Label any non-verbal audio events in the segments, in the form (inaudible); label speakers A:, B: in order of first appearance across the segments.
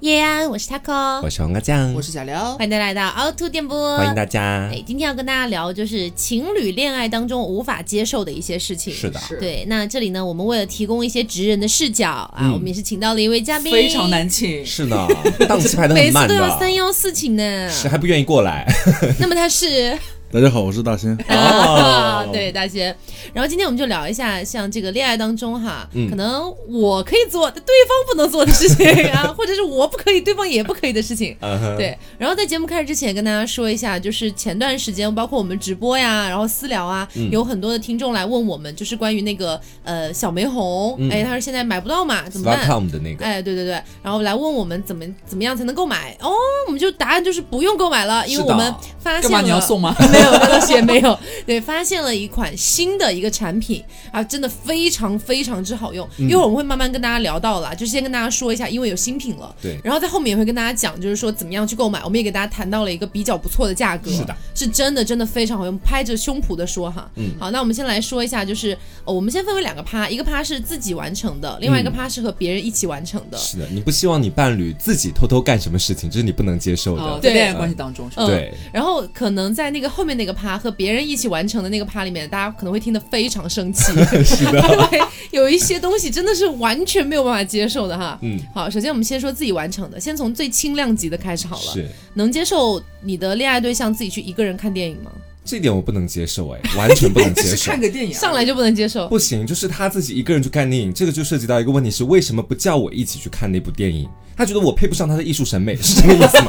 A: 叶安，我是 Taco，
B: 我是黄瓜酱，
C: 我是小刘，
A: 欢迎大家来到凹凸电波，
B: 欢迎大家。
A: 哎，今天要跟大家聊就是情侣恋爱当中无法接受的一些事情。
B: 是的，
C: 是
A: 对，那这里呢，我们为了提供一些直人的视角啊，
B: 嗯
A: 我们也是请到了一位嘉宾，
C: 非常，难请。
B: 是的， (laughs) 档期排的
A: 每
B: 很
A: 次
B: 慢
A: 都要三
B: 的，
A: 邀四请呢。
B: 是还不愿意过来。
A: (laughs) 那么他是
D: 大家好，我是大仙。
B: 哦
A: 啊， (laughs) 对大仙。然后今天我们就聊一下，像这个恋爱当中哈，
B: 嗯
A: 可能我可以做，但对方不能做的事情啊，或者是我不可以，对方也不可以的事情。
B: (laughs) 嗯哼，
A: 对，然后在节目开始之前，跟大家说一下，就是前段时间，包括我们直播呀，然后私聊啊，
C: 嗯
A: 有很多的听众来问我们，就是关于那个呃小玫红，哎，他说现在买不到嘛，怎么办？
B: ，Starcom 的那个，
A: 哎，对对对，然后来问我们怎么怎么样才能购买哦，我们就答案就是不用购买了，因为
B: 是的
A: 我们发
C: 干
A: 现
C: 嘛
A: 了
C: 你要送吗？
A: (laughs) 没有，那倒是也没有。对，发现了一款新的一个产品啊，真的非常非常之好用。
B: 嗯
A: 一会儿我们会慢慢跟大家聊到啦，就先跟大家说一下，因为有新品了。
B: 对
A: 然后在后面也会跟大家讲，就是说怎么样去购买。我们也给大家谈到了一个比较不错的价格，
B: 是的，
A: 是真的真的非常好用，拍着胸脯的说哈。
B: 嗯
A: 好，那我们先来说一下，就是、呃我们先分为两个趴，一个趴是自己完成的，另外一个趴是和别人一起完成的。
B: 是的，你不希望你伴侣自己偷偷干什么事情，这是你不能接受
C: 哦 (laughs)
B: 的。
C: 在恋爱关系当中，是吧
A: 嗯
B: 对， (laughs)
A: 然后可能在那个后面那个趴和别人一起完成的那个趴里面，大家可能会听得非常生气，
B: 是的，
A: 因为有一些东西真的是完全没有办法接受的哈。
B: 嗯，
A: 好，首先我们先说自己完成的，先从最轻量级的开始好了。
B: 是
A: 能接受你的恋爱对象自己去一个人看电影吗？
B: 这点我不能接受，哎，完全不能
C: 就
B: 接
A: (laughs)
C: 是
B: 受 (laughs)
C: 看。个电影啊，
A: 上来就不能接受。
B: 不行，就是他自己一个人去看电影，这个就涉及到一个问题是为什么不叫我一起去看那部电影？他觉得我配不上他的艺术
A: (laughs)
B: 审美，是这个意思吗？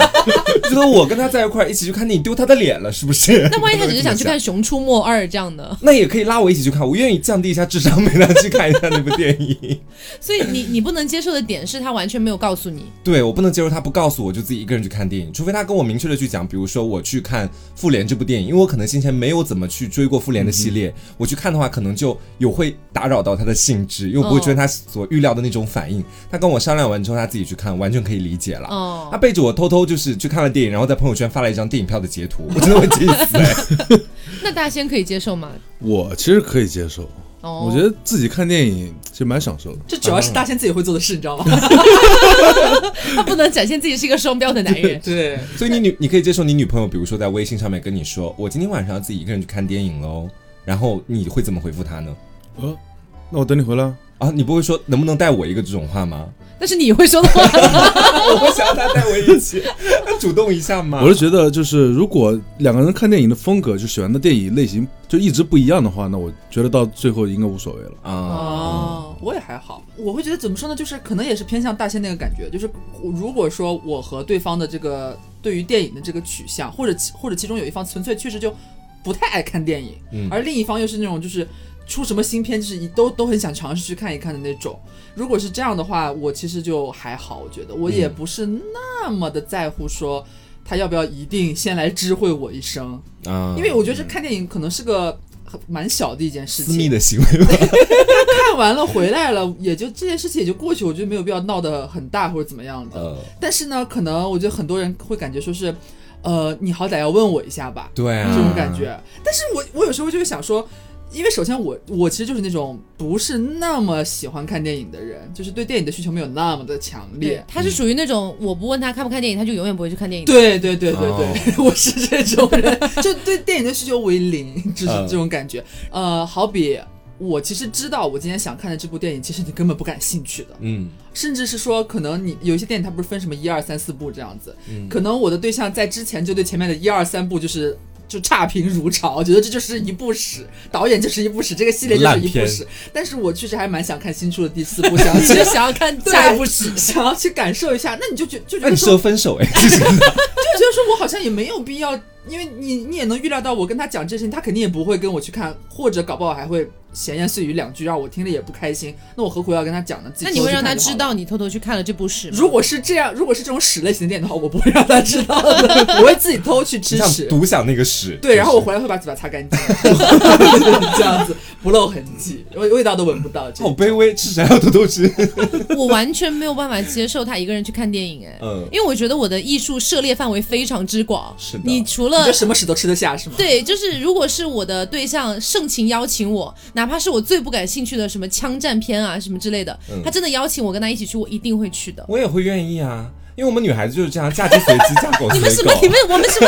B: 觉得我跟他在一块儿一起去看电影丢他的脸了，是不是？
A: 那万一他只是想去看《熊出没二》这样的，
B: (laughs) 那也可以拉我一起去看，我愿意降低一下智商，陪他去看一下那部电影。
A: 所以你你不能接受的点是他完全没有告诉你。
B: 对我不能接受他不告诉我就自己一个人去看电影，除非他跟我明确的去讲，比如说我去看《复联》这部电影，因为我可能先前没有怎么去追过《复联》的系列，我去看的话，可能就有会打扰到他的兴致，又不会出现他所预料的那种反应。他跟我商量完之后，他自己去看，完全可以理解了。
A: 哦
B: 他，背着我偷偷就是去看了电影，然后在朋友圈发了一张电影票的截图，我真的会气死、哎
A: 那大仙可以接受吗？
D: 我其实可以接受，
A: 哦，
D: 我觉得自己看电影其实蛮享受的。
C: 这主要是大仙自己会做的事，你知道吗？。
A: 他不能展现自己是一个双标的男人
C: (laughs) 对，
B: (laughs) 所以你女，你可以接受你女朋友，比如说在微信上面跟你说，我今天晚上要自己一个人去看电影喽，然后你会怎么回复她呢？
D: 呃，那我等你回来啊。
B: 啊，你不会说能不能带我一个这种话吗？
A: 但是你会说的话，
B: (laughs) 我不想要她带我一
C: (laughs)
B: 起，她主动一下嘛。
D: 我是觉得，就是如果两个人看电影的风格，就喜欢的电影类型就一直不一样的话，那我觉得到最后应该无所谓了。
B: 啊，
C: 哦，我也还好，我会觉得怎么说呢，就是可能也是偏向大仙那个感觉，就是如果说我和对方的这个对于电影的这个取向，或者其或者其中有一方纯粹确实就不太爱看电影，
B: 嗯
C: 而另一方又是那种就是出什么新片就是一都都很想尝试去看一看的那种，如果是这样的话，我其实就还好，我觉得我也不是那么的在乎说。他要不要一定先来知会我一声？
B: 啊
C: 哦因为我觉得这看电影可能是个很蛮小的一件事
B: 私
C: 情，
B: 密的行为吧。
C: 看完了回来了，也就这件事情也就过去，我觉得没有必要闹得很大或者怎么样的。
B: 呃，
C: 但是呢，可能我觉得很多人会感觉说是，呃，你好歹要问我一下吧，
B: 对啊，
C: 这种感觉。但是我我有时候就会想说，因为首先我我其实就是那种不是那么喜欢看电影的人，就是对电影的需求没有那么的强烈。
A: 他是属于那种我不问他看不看电影，他就永远不会去看 (laughs) 电影的。
C: 对对对对对，
B: 哦
C: (laughs) 我是这种人， (laughs) 就对电影的需求为零，就是
B: 嗯
C: 这种感觉。呃，好比我其实知道我今天想看的这部电影，其实你根本不感兴趣的，
B: 嗯，
C: 甚至是说可能你有一些电影它不是分什么一二三四部这样子，
B: 嗯
C: 可能我的对象在之前就对前面的一二三部就是。就差评如潮，觉得这就是一部屎，导演就是一部屎，这个系列就是一部屎。但是我确实还蛮想看新出的第四
A: (laughs)
C: 部，想要
A: 只
C: 去
A: 是想要看下一部戏。
C: 想要去感受一下。那你就觉就觉
B: 那
C: 得
B: 你
C: 说
B: 适合分手哎，
C: 就觉得说我好像也没有必要，因为你你也能预料到，我跟他讲这事情，他肯定也不会跟我去看，或者搞不好还会闲言碎语两句，让我听着也不开心。那我何苦要跟他讲呢？自己
A: 那你会让他
C: 偷偷去
A: 知
C: 看就好
A: 道
C: 了。
A: 你偷偷去看了
C: (laughs)
A: 这部屎吗？
C: 如果是这样，如果是这种屎类型的电影的话，我不会让他知道的，我会自己偷去吃
B: 你想
C: 屎。
B: 独享那个屎。
C: 对，然后我回来会把嘴巴擦干净，这样子不露痕迹，味味道都闻不到。这
B: 好卑微，吃啥要偷偷
C: (laughs)
B: 吃。
A: 我完全没有办法接受他一个人去看电影，
C: (laughs)
A: 哎，
B: 嗯，
A: 因为我觉得我的艺术涉猎范围非常之广。
B: 是的
A: 你除
C: 你
A: 了
C: 就什么屎都吃得下是吗？
A: 对，就是如果是我的对象盛情邀请我，哪怕是我最不感兴趣的什么
C: 嗯 (laughs)
A: 枪战片啊什么之类的，他真的邀请我跟他一起去，我一定会去的。
B: 我也会愿意啊。因为我们女孩子就是这样，嫁鸡随鸡，嫁狗
A: 你
B: 随
A: 们什么
B: 狗？
A: 你。们我们什么？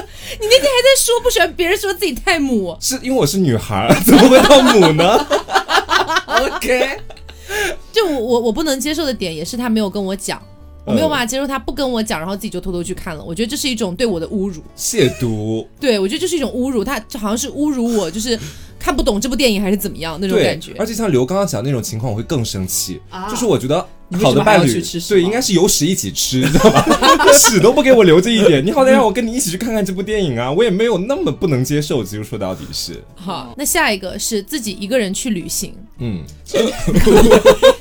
C: (laughs)
A: 你那天还在说不喜欢别人说自己太母，
B: 是因为我是女孩儿，怎么会到母呢？ (laughs)
C: OK，
A: 就我我我不能接受的点也是他没有跟我讲，我
B: 嗯
A: 没有办法接受他不跟我讲，然后自己就偷偷去看了。我觉得这是一种对我的侮辱，
B: 亵渎。
A: 对我觉得这是一种侮辱，他这好像是侮辱我，就是看不懂这部电影还是怎么样那种
B: 对，
A: 感觉。
B: 而且像刘刚刚讲的那种情况，我会更生气。
C: 啊
B: 就是我觉得
C: 你为
B: 好
C: 什
B: 的
C: 么还
B: 伴
C: 要
B: 侣
C: 去吃屎，
B: 对，
C: 吗
B: 应该是有屎一起吃，知道吧？ (laughs) 屎都不给我留着一点，你好歹让我跟你一起去看看这部电影啊！我也没有那么不能接受，其实说到底是，
A: 好，那下一个是自己一个人去旅行，
B: 嗯，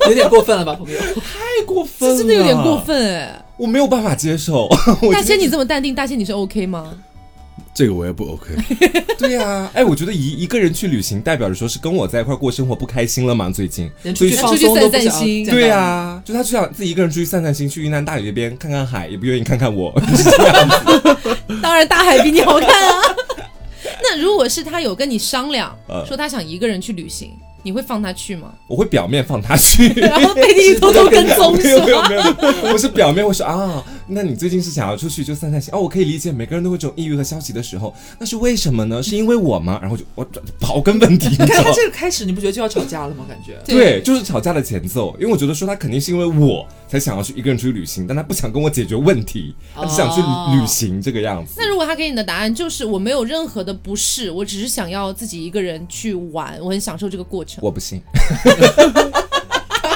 C: 有点过分了吧，朋友？
B: 太过分
A: 这
B: 了，
A: 真的有点过，分哎。
B: 我没有办法接受。 (laughs)
A: 大仙，你这么淡定，大仙你是 OK 吗？
D: 这个我也不 OK。
B: 对呀、哎，我觉得一一个人去旅行，代表着说是跟我在一块儿过生活不开心了嘛？最近，
C: 连
B: 所
C: 出
B: 以
C: 去
B: 说
C: 放松都不想
A: 出去散散心
C: 见到
B: 对啊
C: 你
B: 呀、就他就想自己一个人出去散散心，去云南大理那边看看海，也不愿意看看我。 (laughs)
A: 当然，大海比你好看啊。 (laughs) 那如果是他有跟你商量，
B: 呃
A: 说他想一个人去旅行，你会放他去
B: (laughs)
A: 吗？
B: 我会表面放他去，
A: 然后背地里偷偷
B: (laughs)
A: 跟踪
B: 没
A: 是
B: 有没
A: 吗？
B: 有没有，我是表面会说啊，那你最近是想要出去就散散心哦，我可以理解，每个人都会这种抑郁和消极的时候，那是为什么呢？是因为我吗？然后就我刨根问底，你
C: 你
B: 知
C: 看
B: 道吗
C: 他？这个开始，你不觉得就要吵架了吗？感觉
B: 对，就是吵架的前奏，因为我觉得说他肯定是因为我才想要去一个人出去旅行，但他不想跟我解决问题，他只想去
C: 哦
B: 旅行这个样子。
A: 那如果他给你的答案就是我没有任何的不适，我只是想要自己一个人去玩，我很享受这个过程。
B: (laughs) 我不信，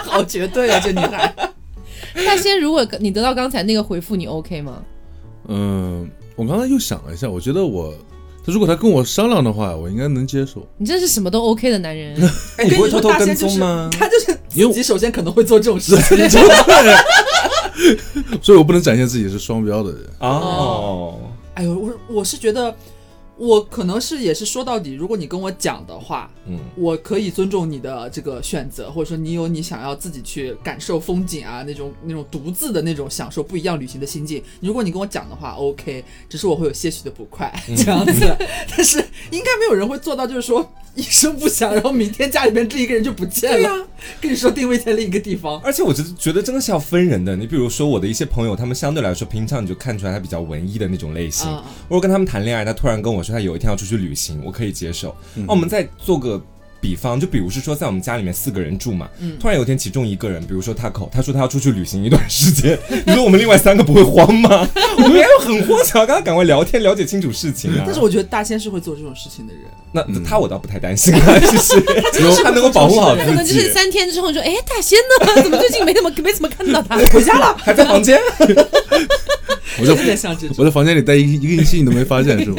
C: 好绝对啊，这女孩。
A: 大仙，如果你得到刚才那个回复，你 OK 吗？
D: 嗯，我刚才又想了一下，我觉得我，他如果他跟我商量的话，我应该能接受。
A: 你真是什么都 OK 的男
B: (laughs)
A: 人。
B: 哎，你不会偷偷
C: 我跟
B: 跟
C: 你说
B: 踪吗？
C: 他就是
D: 因为
C: 自己首先可能会做这种事情， (laughs)
D: 所以我不能展现自己是双标的人。
B: 哦，
C: 哎呦，我我是觉得，我可能是也是说到底，如果你跟我讲的话，
B: 嗯，
C: 我可以尊重你的这个选择，或者说你有你想要自己去感受风景啊那种那种独自的那种享受不一样旅行的心境。如果你跟我讲的话，OK，只是我会有些许的不快 (laughs) 这样子，但是应该没有人会做到，就是说一声不响，然后明天家里面这一个人就不见了，跟你说定位在另一个地方。
B: 而且我觉得觉得真的是要分人的。你比如说我的一些朋友，他们相对来说平常你就看出来他比较文艺的那种类型。
C: 啊
B: 我跟他们谈恋爱，他突然跟我说他有一天要出去旅行，我可以接受。那、
A: 嗯
B: 我们再做个。比方，就比如是说，在我们家里面四个人住嘛，
A: 嗯
B: 突然有一天其中一个人，比如说他口，他说他要出去旅行一段时间， (laughs) 你说我们另外三个不会慌吗？ (laughs) 我们也很慌，想要跟他赶快聊天，了解清楚事情啊。
C: 但是我觉得大仙是会做这种事情的人，
B: 那
A: 嗯
B: 他我倒不太担心了， (laughs)
A: (laughs)
B: 其实他能够保护好
A: 可能
B: 自
A: 就是
B: 己，
A: 三天之后你说，哎，大仙呢？怎么最近没怎么没怎么看到
B: (laughs)
A: 他？
C: 回家了，
B: 还在房间。
D: 我在
C: 有点像这种。
D: 我在房间里待一一个星期，你都没发现是吗？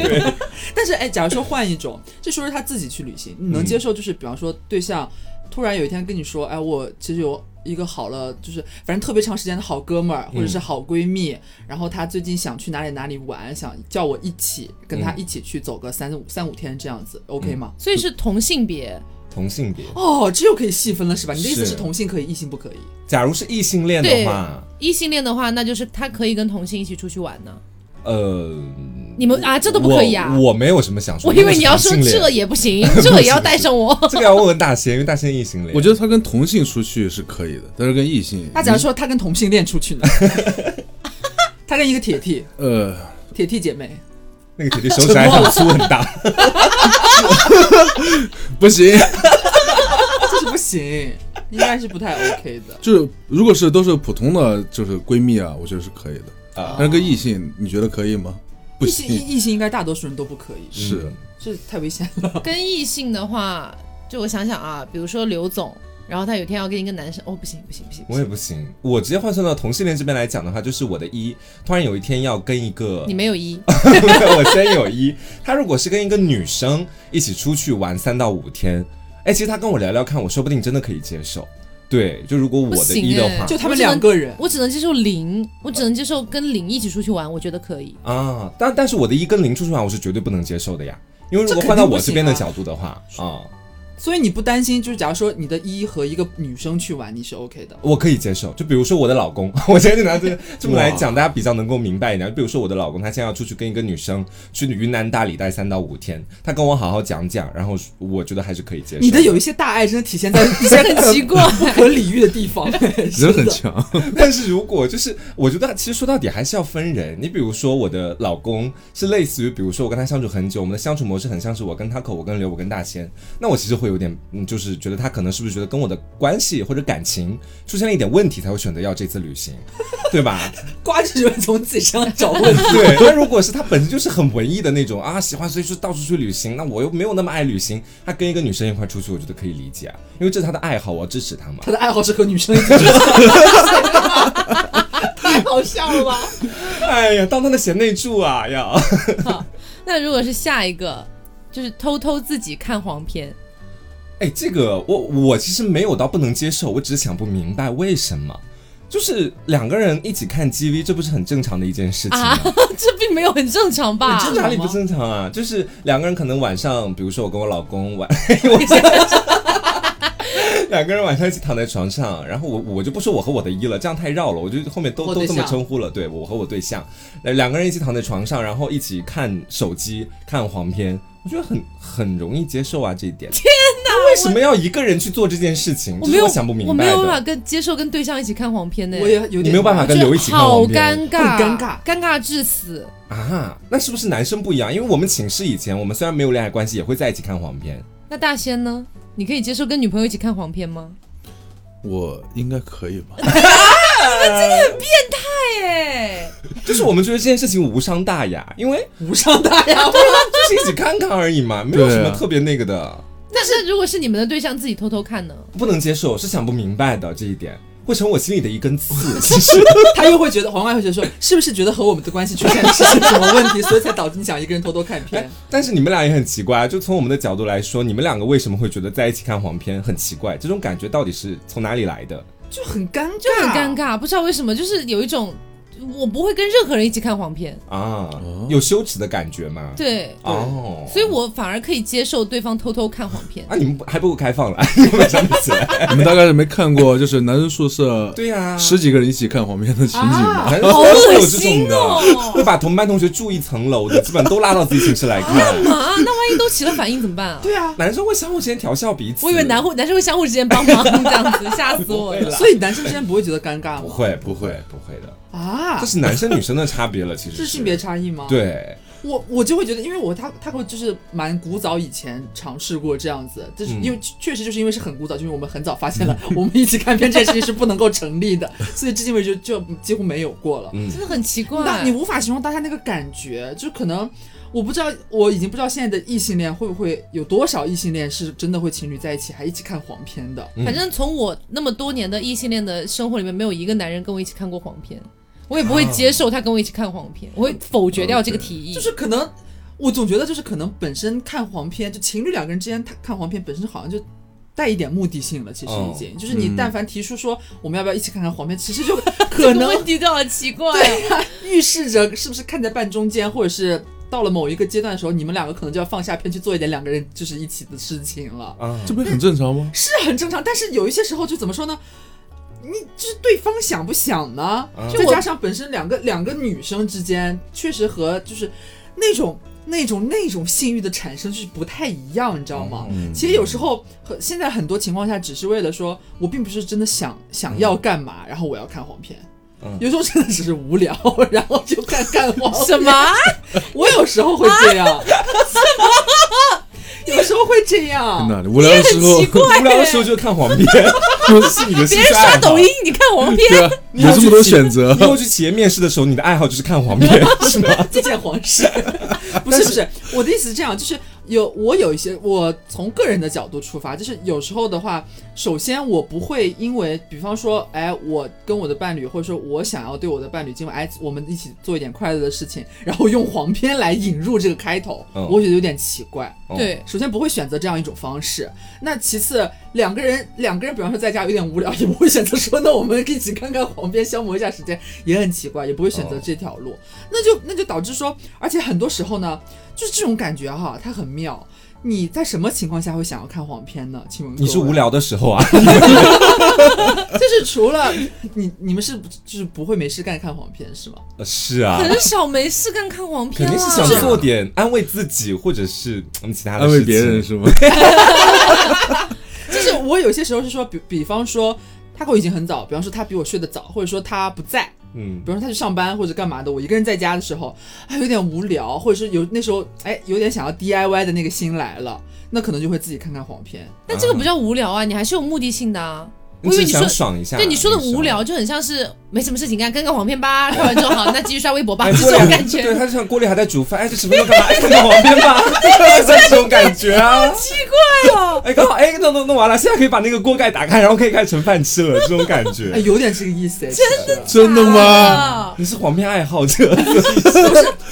C: 但是哎，假如说换一种，这说是他自己去旅行，你能接受？就是比方说对象突然有一天跟你说，哎，我其实有一个好了，就是反正特别长时间的好哥们儿或者是好闺蜜，然后她最近想去哪里哪里玩，想叫我一起跟她一起去走个三五、三五天这样子，OK 吗？
A: 所以是同性别，
B: 同性别，
C: 哦，这又可以细分了是吧？你的意思
B: 是
C: 是同性可以，异性不可以？
B: 假如是异性恋的
A: 对
B: 话，
A: 异性恋的话，那就是他可以跟同性一起出去玩呢。
B: 呃，
A: 你们啊，这都不可以啊！
B: 我我没有什么想说，
A: 我以为你要说
B: 因为我是同
A: 这
B: 性恋
A: 也不
B: (laughs)
A: 行，这也要带上我。
B: 这个要问问大仙，因为大仙异性恋，
D: 我觉得他跟同性出去是可以的，但是跟异性，
C: 那假如说他跟同性恋出去呢？他跟一个铁 T
B: (laughs)
D: 呃，
C: 铁 T 姐妹，
B: 那个姐姐手指还很粗很大，
D: 不行，
C: 哦这是不行，应该是不太 OK 的。
D: 就是如果是都是普通的，就是闺蜜啊，我觉得是可以的。
B: 啊
D: 但是跟异性，你觉得可以吗？不
C: 异性
D: 行，
C: 异异性应该大多数人都不可以，
D: 是
B: 嗯
C: 这太危险了。
A: 跟异性的话，就我想想啊，比如说刘总，然后他有一天要跟一个男生，哦，不行不行不行，不
B: 我也
A: 行
B: 不行。我直接换算到同性恋这边来讲的话，就是我的一突然有一天要跟一个
A: 你，没有一，
B: (laughs) 我先有一，他如果是跟一个女生一起出去玩三到五天，哎，其实他跟我聊聊看，我说不定真的可以接受。对，就如果
A: 不
B: 我的
A: 行
B: 一的
A: 哎
B: 话
C: 就他们两个人，
A: 我只能接受零，我只能接受跟零一起出去玩，我觉得可以。
B: 啊，但但是我的一跟零出去玩，我是绝对不能接受的呀。因为如
C: 这
B: 果
C: 肯
B: 换到
C: 定不
B: 我这
C: 行
B: 边的
C: 啊
B: 角度的话，啊，
C: 所以你不担心，就是假如说你的一和一个女生去玩，你是 OK 的。
B: 我可以接受。就比如说我的老公， (laughs) 我现在就拿这个这么来讲，大家比较能够明白一点。就比如说我的老公，他现在要出去跟一个女生去云南大理待三到五天，他跟我好好讲讲，然后我觉得还是可以接受。
C: 你的有一些大爱真的体现在一些
A: 很奇怪
C: 不可理喻的地方，
D: 人很
B: (laughs)
D: 强，
B: (laughs) 但是如果就是，我觉得其实说到底还是要分人。你比如说我的老公是类似于，比如说我跟他相处很久，我们的相处模式很像是我跟他口，我跟刘，我跟大仙。那我其实会有点，嗯，就是觉得他可能是不是觉得跟我的关系或者感情出现了一点问题，才会选择要这次旅行，对吧？
C: 瓜子只会从自己身上找 (laughs) 问题。
B: (laughs) 对，那如果是他本身就是很文艺的那种啊，喜欢所以说到处去旅行，那我又没有那么爱旅行，他跟一个女生一块出去，我觉得可以理解啊，因为这是他的爱好，我要支持他嘛。
C: 他的爱好是和女生一起去，
A: 太好笑了吧？
B: (laughs) 哎呀，当他的贤内助啊呀！
A: 那如果是下一个，就是偷偷自己看黄片，
B: (laughs) 哎，这个我我其实没有到不能接受，我只是想不明白为什么，就是两个人一起看 GV，这不是很正常的一件事情吗？
A: 啊 (laughs) 这并没有很正常吧？
B: 这
C: 常
B: 哪里不
C: 吗
B: 正常啊？就是两个人可能晚上，比如说我跟我老公晚， (laughs) 我两个人晚上一起躺在床上，然后我我就不说我和我的一了，这样太绕了，我就后面都
C: 我
B: 都
C: 对
B: 这么
C: 象
B: 称呼了。对我和我对象，呃两个人一起躺在床上，然后一起看手机看黄片，我觉得很很容易接受啊这一点。天哪，为什么要一个人去做这件事情？
A: 我
B: 这
A: 没
B: 是
A: 有
B: 我想不明
A: 我
B: 白
A: 没
B: 的。
A: 有办法跟接受跟对象一起看黄片呢、
C: 我也有点
B: 你没有办法跟
A: 就
B: 刘一起看
A: 好
B: 黄片
A: 尴尬，
C: 很尴尬
A: 尴尬至死。
B: 啊？那是不是男生不一样？因为我们寝室以前我们虽然没有恋爱关系，也会在一起看黄片。
A: 那大仙呢？你可以接受跟女朋友一起看黄片吗？
D: 我应该可以吧？
A: 哎，
B: 就是我们觉得这件事情无伤大雅，因为
C: 无伤大雅。 (laughs)
B: 就是一起看看而已嘛，没有什么特别那个的，
A: 那那如果是你们的对象自己偷偷看呢？
B: 不能接受，是想不明白的这一点，会成我心里的一根刺。其实，
C: 他又会觉得黄瓜会觉得说，是不是觉得和我们的关系出现了什么问题，所以才导致你想一个人偷偷看
B: 哎
C: 片？
B: 但是你们俩也很奇怪，就从我们的角度来说，你们两个为什么会觉得在一起看黄片很奇怪？这种感觉到底是从哪里来的？
C: 就很尴尬，
A: 就很尴。尬，不知道为什么，就是有一种我不会跟任何人一起看黄片，
B: 啊，有羞耻的感觉吗？，
A: 对，
B: 哦，
A: 所以我反而可以接受对方偷偷看黄片。
B: 啊，你们不还不够开放
A: (laughs)
B: 了，你们想不起来？
D: 你们大概是没看过，就是男生宿舍
B: 对呀、啊，
D: 十几个人一起看黄片的情景吧？
B: 男生
A: 好
B: 会有
A: 恶
B: 这种
A: 心
B: 的，
A: 哦！
B: 会把同班同学住一层楼的，基本都拉到自己寝室来看。
A: 啊， (laughs) 那万一都起了反应怎么办啊？
C: 对啊，
B: 男生会相互之间调笑彼此。
A: 我以为男会男生会相互之间帮忙这样
C: (laughs)
A: 子，吓死我了。
C: 所以男生之间不会觉得尴尬
B: 不
C: 吗？
B: 会，不会，不会的，
C: 啊
B: 这，是男生女生的差别了，其实
C: 这是性别差异吗？，
B: 对，
C: 我我就会觉得，因为我他他会就是蛮古早以前尝试过这样子，就是
B: 嗯
C: 因为确实就是因为是很古早，就是我们很早发现了我们一起看片这件事情是不能够成立的， (laughs) 所以至今为止就就几乎没有过了。
B: 嗯
A: 真，的很奇
C: 那
A: 怪。
C: 你无法形容当下那个感觉，就可能我不知道，我已经不知道现在的异性恋会不会有多少异性恋是真的会情侣在一起还一起看黄片的。
B: 嗯
A: 反正从我那么多年的异性恋的生活里面，没有一个男人跟我一起看过黄片，我也不会接受他跟我一起看黄片，我会否决掉这个提议。
C: 哦就是可能，我总觉得就是可能本身看黄片，就情侣两个人之间看看黄片本身好像就。带一点目的性了，其实已经、就是你但凡提出说我们要不要一起看看黄片，其实就嗯 (laughs) 可
A: 这个
C: 能
A: 问题都好奇怪哦。
C: 预示着是不是看在半中间，或者是到了某一个阶段的时候，你们两个可能就要放下片去做一点两个人就是一起的事情了，
B: 啊，
D: 这不是很正常吗？
C: 是很正常。但是有一些时候就怎么说呢？你就是对方想不想呢？
B: 啊
C: 再加上本身两个两个女生之间，确实和就是那种那种那种性欲的产生是不太一样，你知道吗？
B: 嗯
C: 其实有时候和现在很多情况下，只是为了说我并不是真的想想要干嘛，然后我要看黄片。
B: 嗯
C: 有时候真的只是无聊，然后就看看黄片。
A: 什么？
C: 我有时候会这样， (laughs) 有时候会这样
D: 真。的，无聊的时候
A: 很奇，怪
B: 无聊的时候就看黄
A: (laughs)
B: 片，这是你的兴
A: 别
B: 趣
A: 人
B: 爱
A: 刷
B: 好
A: 抖音，，你看黄片，
D: 对啊，有这么多选择
B: 以，后去企业面试的时候，你的爱好就是看黄
A: (laughs)
B: 片，是吗？
C: 这件皇室，不是不是，我的意思是这样，就是有我有一些，我从个人的角度出发，就是有时候的话，首先我不会因为，比方说，哎，我跟我的伴侣，或者说我想要对我的伴侣今晚，哎，我们一起做一点快乐的事情，然后用黄片来引入这个开头，
B: 嗯
C: 我会觉得有点奇怪。
B: 哦
A: 对，
C: 首先不会选择这样一种方式。那其次，两个人两个人，比方说在家有点无聊， (laughs) 也不会选择说那我们一起看看黄片消磨一下时间，也很奇怪，也不会选择这条路。那就那就导致说，而且很多时候呢，就是这种感觉哈，它很妙。你在什么情况下会想要看黄片呢？请问
B: 你是
C: 各位
B: 无，聊的时
A: (laughs)
B: 候啊？
C: 就是除了 (laughs) 你你们是就是不会没事干看黄片
B: (laughs)
C: 是吗？
B: 是
A: (laughs)
B: 啊
A: 可，是小梅是干看黄片
B: 肯
A: 啊，
B: 定是想做点安慰自己或者是嗯其他的
D: 安慰
B: 事
D: 别
B: 情
A: 啊 (laughs)
D: 人是吗？
C: 就是我有些时候是说，比比方说他跟我已经很早，比方说他比我睡得早，或者说他不在，
B: 嗯
C: 比，方说他去上班或者干嘛的，我一个人在家的时候，哎，有点无聊，或者是有那时候哎有点想要 DIY 的那个心来了，那可能就会自己看看黄片。
A: 但这个不叫无聊啊，你还是有目的性的啊。我以
B: 只
A: 为
B: 是
A: 你
B: 想
A: 说，
B: 爽一下。嗯
A: 对你说的
B: 那时候
A: 无，聊就很像是没什么事情干，看个黄片吧，看完之后
B: (laughs)
A: 好，那继续刷微博吧，
B: 哎，
A: 就
B: 锅
A: 这
B: 里
A: 种感 (laughs)
B: 对，
A: 觉。
B: 他就像锅里还在煮饭，哎，这什么时候干嘛？哎，看看旁边吧，
A: (laughs)
B: (laughs) 这种感觉啊，奇怪哦。哎，刚好哎，弄弄弄完了，现在可以把那个锅盖打开，然后可以开始盛饭吃了，这种感
C: (laughs) 哎，
B: 觉。
C: 有点这个意思，真的。
D: 真的吗？
A: 啊？
B: 你是黄片爱好者，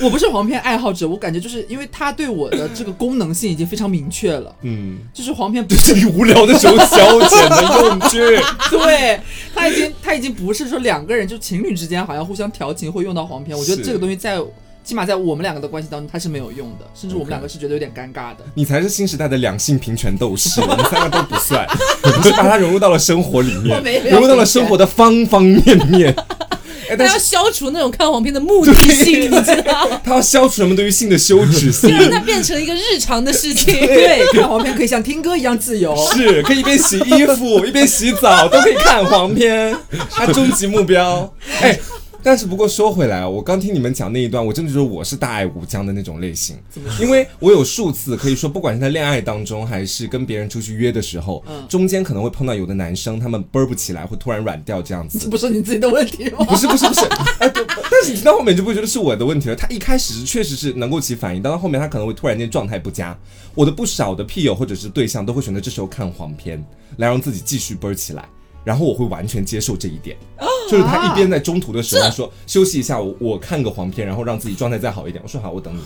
C: 我不是黄片爱好者，我感觉就是因为它对我的这个功能性已经非常明确了，
B: 嗯，
C: 就是黄片不
B: 这是你无聊的时候消遣的用具。
C: 对，它已经它已经不是说两个人就情侣之间好像互相调情会用到黄片，我觉得
B: 是
C: 这个东西在起码在我们两个的关系当中它是没有用的，甚至我们
B: OK
C: 两个是觉得有点尴尬的。
B: 你才是新时代的两性平权斗士，我们三个都不算，你是把它融入到了生活里面
C: 我没有，
B: 融入到了生活的方方面面。哎，
A: 他
B: 但
A: 要
B: 是
A: 消除那种看黄片的目的
B: (laughs)
A: 性，你知道吗？
B: 它要消除人们对于性的羞
C: (laughs)
B: 耻心
C: 啊
A: 就，让它变成一个日常的事情。
C: 对，看黄片可以像听歌一样自由。
B: 是可以一边洗衣服一边洗澡，都可以看黄片，它终极目标。哎，但是不过说回来，我刚听你们讲那一段，我真的觉得我是大爱无疆的那种类型，因为我有数次可以说，不管是在恋爱当中，还是跟别人出去约的时候，
C: 嗯
B: 中间可能会碰到有的男生，他们啵儿不起来，会突然软掉这样子
C: 这。不是你自己的问题哦吗？
B: 不是不是不是， (laughs) 哎，对但是你听到后面就不会觉得是我的问题了。他一开始是确实是能够起反应，但到后面他可能会突然间状态不佳。我的不少的屁友或者是对象都会选择这时候看黄片，来让自己继续奔起来。然后我会完全接受这一点，就是他一边在中途的时候他说休息一下，我我看个黄片，然后让自己状态再好一点。我说好，我等你。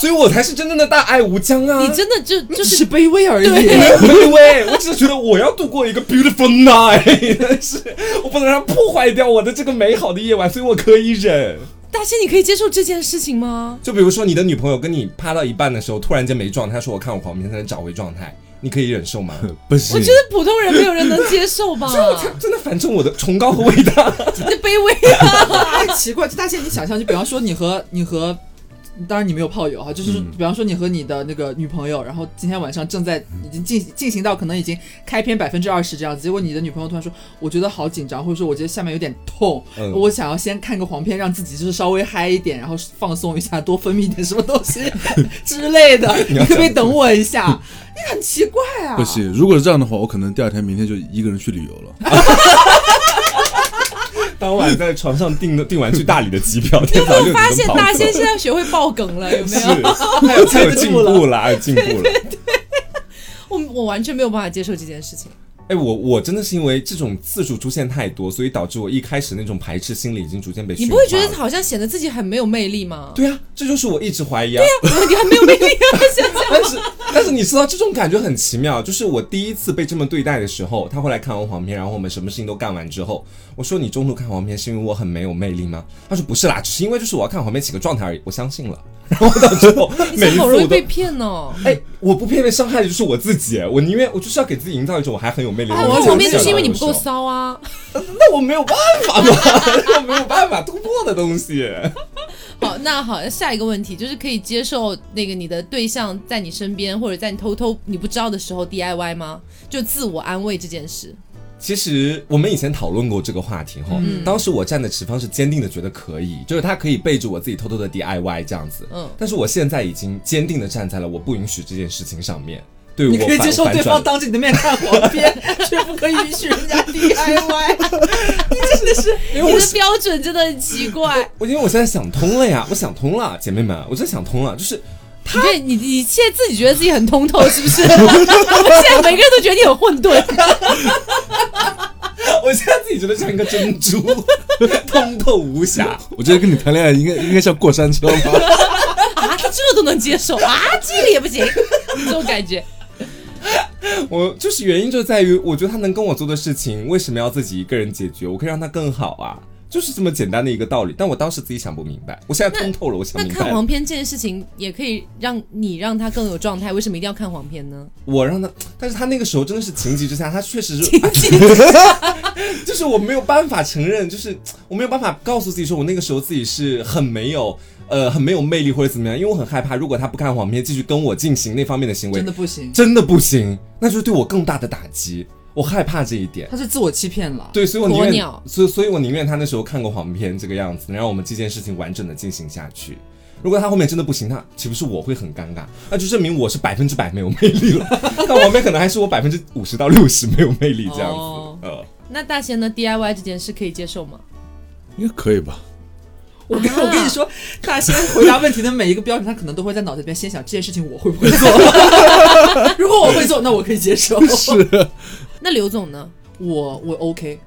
B: 所以我才是真正的大爱无疆啊！
A: (laughs) 你
B: (laughs)
A: 真的就
C: 就
A: 就是
C: 是卑微而已。
B: 卑微，我只是觉得我要度过一个 beautiful night，但 (laughs) 是我不能让它破坏掉我的这个美好的夜晚，所以我可以忍。
A: 大仙，你可以接受这件事情吗？
B: 就比如说你的女朋友跟你趴到一半的时候，突然间没状态，她说我看我黄片才能找回状态，你可以
A: (laughs)
B: 忍受吗？
D: 不行，
A: 我觉得普通人没有人能接受
B: (laughs)
A: 吧，
B: 啊真的反正我的崇高和
A: (laughs)
B: 伟大，
A: 那卑微啊！
C: 太奇怪，就大仙，你想象，就比方说你和你和，当然你没有炮友哈，就是比方说你和你的那个女朋友，然后今天晚上正在已经进进行到可能已经开篇百分之二十这样子，结果你的女朋友突然说，我觉得好紧张，或者说我觉得下面有点痛，
B: 嗯
C: 我想要先看个黄片，让自己就是稍微嗨一点，然后放松一下，多分泌一点什么东西之类的， (laughs) 你
B: 要
C: 可不可以
B: 讲
C: 等我一下？你很奇怪啊，
D: 不行。如果是这样的话，我可能第二天、明天就一个人去旅游了。 (laughs)
B: 当晚在床上订的订完去大理的机票，
A: 有 (laughs)
B: 天
A: 没
B: 早就
A: 有发现大仙
B: 先
A: 现在学会爆梗了？有没
B: 是
A: 有？，
B: 他有他有进步了，哎有进步
A: (laughs)
B: 了。
A: 我我完全没有办法接受这件事情。
B: 哎，我我真的是因为这种次数出现太多，所以导致我一开始那种排斥心理已经逐渐被
A: 你
B: 驯
A: 不会
B: 化
A: 觉得
B: 了
A: 好像显得自己很没有魅力吗？
B: 对啊，这就是我一直怀疑啊。
A: (laughs) 你很没有魅力啊！现在
B: 但是但是你知道这种感觉很奇妙，就是我第一次被这么对待的时候，他会来看完黄片，然后我们什么事情都干完之后，我说你中途看黄片是因为我很没有魅力吗？他说不是啦，只是因为就是我要看黄片起个状态而 (laughs) 已，我相信了。然后到最后
A: 你
B: (laughs) 每
A: 真的
B: 一次
A: 好容易
B: 我都
A: 被。骗哦。
B: 哎，我不偏被伤害的就是我自己，我宁愿我就是要给自己营造一种我还很有魅力的
A: 哎
B: 感觉。
A: 我旁边就是因为你不
B: 我
A: 够
B: 想到的时候
A: 骚啊！
B: 那我没有办法嘛，我没有办法突破的东西。
A: 好，那好，下一个问题就是可以接受那个你的对象在你身边，或者在你偷偷你不知道的时候 DIY 吗？就自我安慰这件事。
B: 其实我们以前讨论过这个话题哈，
C: 嗯
B: 当时我站的持方是坚定的觉得可以，就是他可以背着我自己偷偷的 DIY 这样子，
A: 嗯
B: 但是我现在已经坚定的站在了我不允许这件事情上面，对我
C: 你可以接受
B: 反
C: 对
B: 反
C: 方
B: 转。
C: 当着你的面看黄
B: (laughs)
C: 片，却不可以允许人家 DIY。
A: (laughs) 你的标准真的很奇怪，
B: 哎我因为我现在想通了呀，我想通了，姐妹们，我真想通了，就是 (laughs)
A: 你看你你现在自己觉得自己很通透是
B: (laughs)
A: 不是？我们现在每个人都觉得你很混沌，
B: 我现在自己觉得像一个珍珠， (laughs) 通透无瑕。
D: 我觉得跟你谈恋爱应该应该像过山车吧？
A: 啊，他这都能接受啊，这个也不行，这种感
B: (laughs)
A: 觉。
B: 我就是原因就在于，我觉得他能跟我做的事情，为什么要自己一个人解决？我可以让他更好啊。就是这么简单的一个道理。但我当时自己想不明白，我现在通透了，我想
A: 那
B: 明
A: 看
B: 白了。
A: 黄片这件事情也可以让你让他更有状态，为什么一定要看黄片呢？
B: 我让他，但是他那个时候真的是情急之下，他确实
A: (laughs)
B: 是，就是我没有办法承认，就是我没有办法告诉自己说，我那个时候自己是很没有。呃，很没有魅力或者怎么样，因为我很害怕，如果他不看黄片，继续跟我进行那方面的行为
C: 真的，不行，
B: 真的不行，那就是对我更大的打击。我害怕这一点。
C: 他是自我欺骗了。
B: 对，所以我宁
A: 鸵
B: 愿
A: 鸟，
B: 所以所以我宁愿他那时候看过黄片这个样子，能让我们这件事情完整的进行下去。如果他后面真的不行，那岂不是我会很尴尬？那就证明我是百分之百没有魅力了。 (laughs) 那黄片可能还是我百分之五十到六十没有魅力这样子。
C: 哦
B: 呃，
A: 那大仙呢？DIY 这件事可以接受吗？
D: 应该可以吧？
C: 我跟
A: 啊
C: 我跟你说，大仙回答问题的每一个标准，他可能都会在脑子里边先想这件事情我会不会 (laughs) 做。如果我会做，那我可以接受。
A: 那刘总呢？
C: 我我 OK，